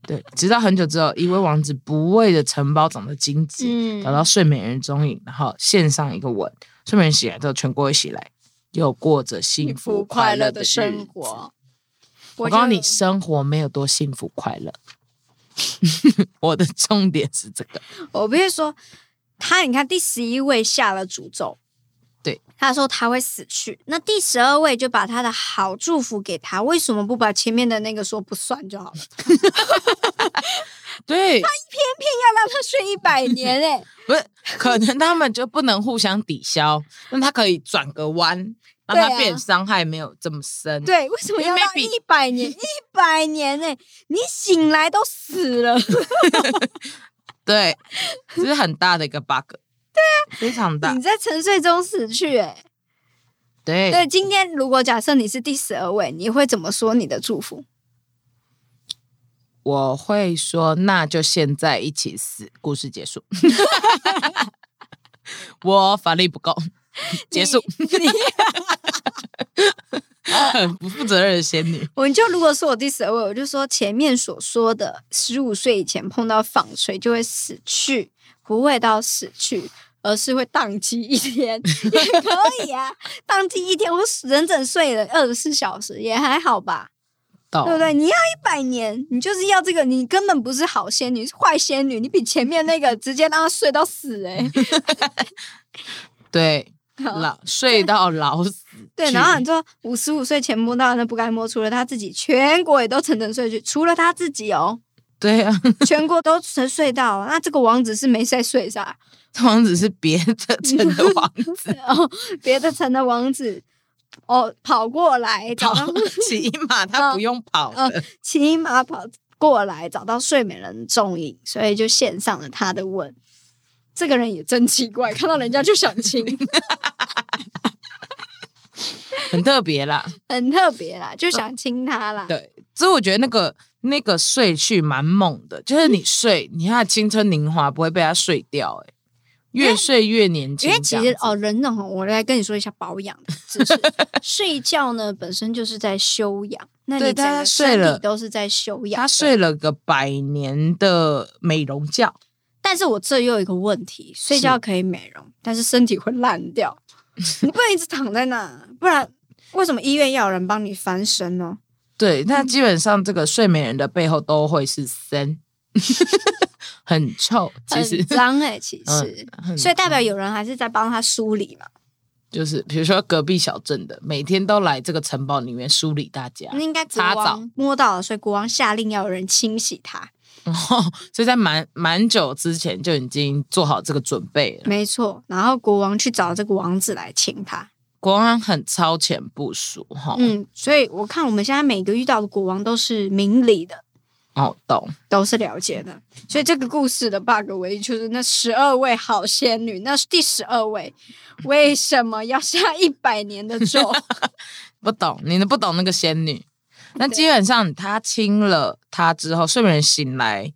[SPEAKER 2] 对，直到很久之后，一位王子不畏着城堡长的荆棘，
[SPEAKER 3] 嗯
[SPEAKER 2] 找到睡美人踪影，然后献上一个吻。睡美人醒来之后，全国一起来，又过着幸福快乐的日子。。我
[SPEAKER 3] 我
[SPEAKER 2] 告诉
[SPEAKER 3] 就
[SPEAKER 2] 你，生活没有多幸福快乐。我的重点是这个，
[SPEAKER 3] 我必须说，他你看第十一位下了诅咒，
[SPEAKER 2] 对，
[SPEAKER 3] 他说他会死去。那第十二位就把他的好祝福给他，为什么不把前面的那个说不算就好了？
[SPEAKER 2] 对，
[SPEAKER 3] 要让他睡一百年 哎、
[SPEAKER 2] 不是，可能他们就不能互相抵 消，那他可以转个弯，让他
[SPEAKER 3] 对啊
[SPEAKER 2] 变伤害没有这么深。
[SPEAKER 3] 对，为什么
[SPEAKER 2] 因
[SPEAKER 3] 要
[SPEAKER 2] 为
[SPEAKER 3] 到
[SPEAKER 2] maybe-
[SPEAKER 3] 一百年？一百年哎、你醒来都死了，
[SPEAKER 2] 对，这是很大的一个 bug。对 啊，非常大
[SPEAKER 3] 你。在沉睡中死去哎、
[SPEAKER 2] 对，
[SPEAKER 3] 对，今天如果假设你是第十二位，你会怎么说你的祝福？
[SPEAKER 2] 我会说，那就现在一起死。故事结 束。我法力不够，结 束。很不负责任的仙女，
[SPEAKER 3] 我就如果是我第十二位，我就说前面所说的，十五岁以前碰到纺锤就会死去，不会到死去，而是会宕机 一天也可以啊，宕机一天我整整睡了二十四小时也还好吧，
[SPEAKER 2] 懂
[SPEAKER 3] 对不对？你要一百年，你就是要这个，你根本不是好仙女，是坏仙女，你比前面那个直接让她睡到死哎、。
[SPEAKER 2] 对，老睡到老死
[SPEAKER 3] 对，然后你说五十五岁前摸到那不该摸，除了他自己，全国也都层层睡去，除了他自己哦。
[SPEAKER 2] 对啊，
[SPEAKER 3] 全国都沉睡到，那这个王子是没在睡噻，
[SPEAKER 2] 王子是别 的城的王子，
[SPEAKER 3] 哦，别的城的王子哦跑过来
[SPEAKER 2] 跑
[SPEAKER 3] 找到
[SPEAKER 2] 骑马，他不用跑
[SPEAKER 3] 嗯
[SPEAKER 2] 的。
[SPEAKER 3] 骑马跑过来找到睡美人踪影，所以就献上了他的吻。这个人也真奇怪，看到人家就想亲，
[SPEAKER 2] 很特别啦。
[SPEAKER 3] 很特别啦，就想亲他啦。
[SPEAKER 2] 嗯对，所以我觉得那个那个睡去蛮猛的，就是你睡，你看青春年华不会被他睡掉、欸，越睡越年轻
[SPEAKER 3] 因
[SPEAKER 2] 这
[SPEAKER 3] 为
[SPEAKER 2] 样子。
[SPEAKER 3] 其实哦，人呢，我来跟你说一下保养的知识。睡觉呢，本身就是在休养，那
[SPEAKER 2] 对
[SPEAKER 3] 你整
[SPEAKER 2] 大家
[SPEAKER 3] 个
[SPEAKER 2] 睡
[SPEAKER 3] 身
[SPEAKER 2] 了
[SPEAKER 3] 体都是在休养。
[SPEAKER 2] 他睡了个百年的美容觉，
[SPEAKER 3] 但是我这又有一个问题，睡觉可以美容，但是身体会 烂掉。你不能一直躺在那，不然为什么医院要有人帮你翻身呢？
[SPEAKER 2] 对，那
[SPEAKER 3] 嗯
[SPEAKER 2] 基本上这个睡美人的背后都会是森， 很臭，其实
[SPEAKER 3] 很脏哎、其实
[SPEAKER 2] 嗯、很
[SPEAKER 3] 所以代表有人还是在帮他梳理嘛。
[SPEAKER 2] 就是比如说隔壁小镇的，每天都来这个城堡里面梳理大家，
[SPEAKER 3] 那应该国
[SPEAKER 2] 擦澡
[SPEAKER 3] 王摸到了，所以国王下令要有人清洗它。
[SPEAKER 2] 然后 所以在蛮蛮久之前就已经做好这个准备了。
[SPEAKER 3] 没错，然后国王去找这个王子来亲他。
[SPEAKER 2] 国王很超前部署哈，
[SPEAKER 3] 嗯，所以我看我们现在每个遇到的国王都是明理的，
[SPEAKER 2] 哦，懂，
[SPEAKER 3] 都是了解的。所以这个故事的 bug 唯一就是那十二位好仙女，那第十二位为什么要下一百年的 咒？
[SPEAKER 2] 不懂，你都不懂那个仙女。那基本上他亲了她之后，睡美人醒来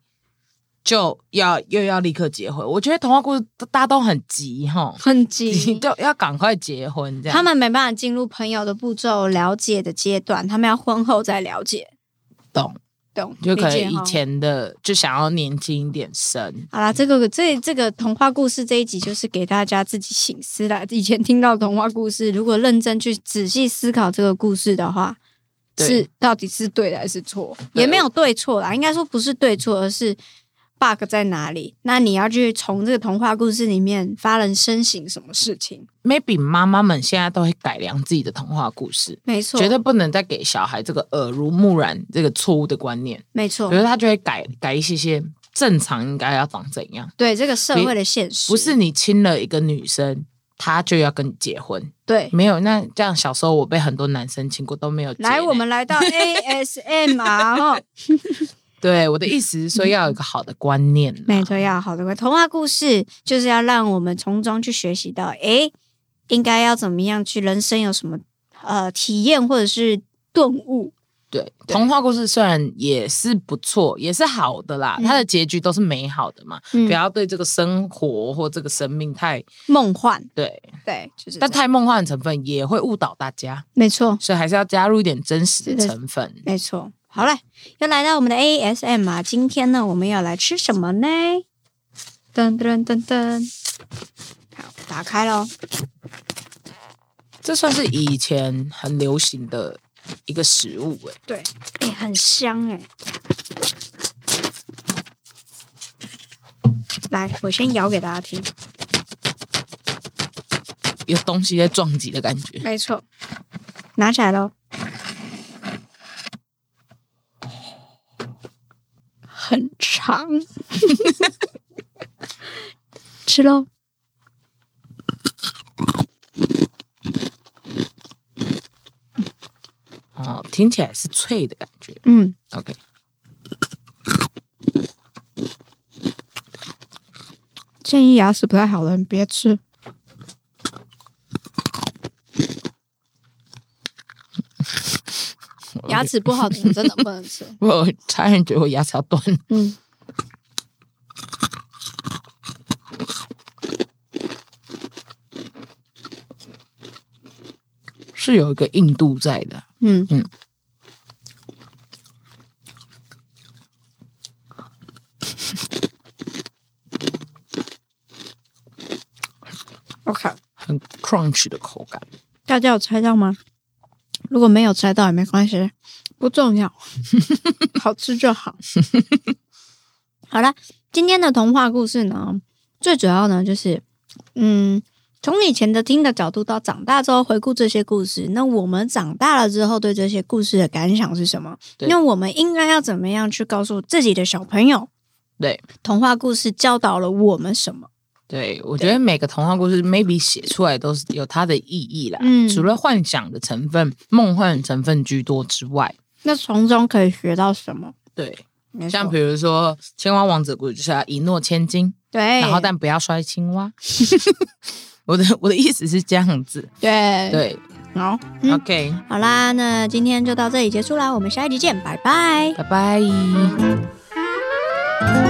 [SPEAKER 2] 就要又要立刻结婚。我觉得童话故事大家都很急哈，
[SPEAKER 3] 很
[SPEAKER 2] 急啊
[SPEAKER 3] 急。
[SPEAKER 2] 就要赶快结婚这样。
[SPEAKER 3] 他们没办法进入朋友的步骤了解的阶段，他们要婚后再了解，
[SPEAKER 2] 懂，
[SPEAKER 3] 懂？
[SPEAKER 2] 就可
[SPEAKER 3] 理
[SPEAKER 2] 能
[SPEAKER 3] 解
[SPEAKER 2] 以
[SPEAKER 3] 哈
[SPEAKER 2] 前的就想要年轻一点生。
[SPEAKER 3] 好啦，这个这这个童话故事这一集就是给大家自己醒思啦。 以前听到童话故事，如果认真去仔细思考这个故事的话，
[SPEAKER 2] 对
[SPEAKER 3] 是到底是对的还是错，
[SPEAKER 2] 对
[SPEAKER 3] 也没有对错啦。应该说不是对错，而是 bug 在哪里，那你要去从这个童话故事里面发人深省什么事情。
[SPEAKER 2] maybe 妈妈们现在都会改良自己的童话故事，
[SPEAKER 3] 没错，
[SPEAKER 2] 绝对不能再给小孩这个耳濡目染这个错误的观念，
[SPEAKER 3] 没
[SPEAKER 2] 比
[SPEAKER 3] 错，
[SPEAKER 2] 如他就会改改一些些正常应该要长怎样，
[SPEAKER 3] 对这个社会的现实，
[SPEAKER 2] 不是你亲了一个女生，她就要跟你结婚，
[SPEAKER 3] 对。
[SPEAKER 2] 没有那这样小时候我被很多男生亲过都没有结呢。
[SPEAKER 3] 来，我们来到 ASMR 啊哈，
[SPEAKER 2] 对我的意思是说要有一个好的观念啦，
[SPEAKER 3] 嗯没错，要好的童话故事就是要让我们从中去学习到，诶，应该要怎么样去人生有什么呃体验或者是顿悟，
[SPEAKER 2] 对，
[SPEAKER 3] 对
[SPEAKER 2] 童话故事虽然也是不错，也是好的啦，
[SPEAKER 3] 嗯
[SPEAKER 2] 它的结局都是美好的嘛。
[SPEAKER 3] 嗯
[SPEAKER 2] 不，要对这个生活或这个生命太
[SPEAKER 3] 梦幻，
[SPEAKER 2] 对，
[SPEAKER 3] 对，就是这样，
[SPEAKER 2] 但太梦幻的成分也会误导大家，
[SPEAKER 3] 没错，
[SPEAKER 2] 所以还是要加入一点真实的
[SPEAKER 3] 是的
[SPEAKER 2] 成分。
[SPEAKER 3] 没错。好了，又来到我们的 ASM 啊，今天呢，我们要来吃什么呢？噔噔噔噔，好，打开喽。
[SPEAKER 2] 这算是以前很流行的一个食物欸诶、
[SPEAKER 3] 对，哎、很香哎、来，我先咬给大家听。
[SPEAKER 2] 有东西在撞击的感觉。
[SPEAKER 3] 没错，拿起来喽。很长，吃喽。
[SPEAKER 2] 哦，听起来是脆的感觉。
[SPEAKER 3] 嗯，
[SPEAKER 2] OK，
[SPEAKER 3] 建议牙齿不太好的人别吃。牙齿不好的人真的不能吃。
[SPEAKER 2] 我差点觉得我牙齿要断了。
[SPEAKER 3] 嗯，
[SPEAKER 2] 是有一个硬度在的。
[SPEAKER 3] 嗯
[SPEAKER 2] 嗯
[SPEAKER 3] 嗯，OK，
[SPEAKER 2] 很 crunch 的口感，
[SPEAKER 3] 大家有猜到吗？如果没有猜到也没关系，不重 要，好吃就好。好了，今天的童话故事呢，最主要呢就是，嗯，从以前的听的角度到长大之后回顾这些故事，那我们长大了之后对这些故事的感想是什么？
[SPEAKER 2] 对
[SPEAKER 3] 那我们应该要怎么样去告诉自己的小朋友，
[SPEAKER 2] 对
[SPEAKER 3] 童话故事教导了我们什么？
[SPEAKER 2] 对，我觉得每个童话故事 maybe 写出来都是有它的意义啦。
[SPEAKER 3] 嗯
[SPEAKER 2] 除了幻想的成分、梦幻的成分居多之外，
[SPEAKER 3] 那从中可以学到什么？
[SPEAKER 2] 对，
[SPEAKER 3] 没错
[SPEAKER 2] 像比如说《青蛙王子》故事就是要一诺千金，
[SPEAKER 3] 对，
[SPEAKER 2] 然后但不要摔青蛙。 我的我的意思是这样子，
[SPEAKER 3] 对，
[SPEAKER 2] 对、
[SPEAKER 3] 好，嗯
[SPEAKER 2] o k
[SPEAKER 3] 好啦，那今天就到这里结束啦，我们下一集见，拜拜。
[SPEAKER 2] 拜拜。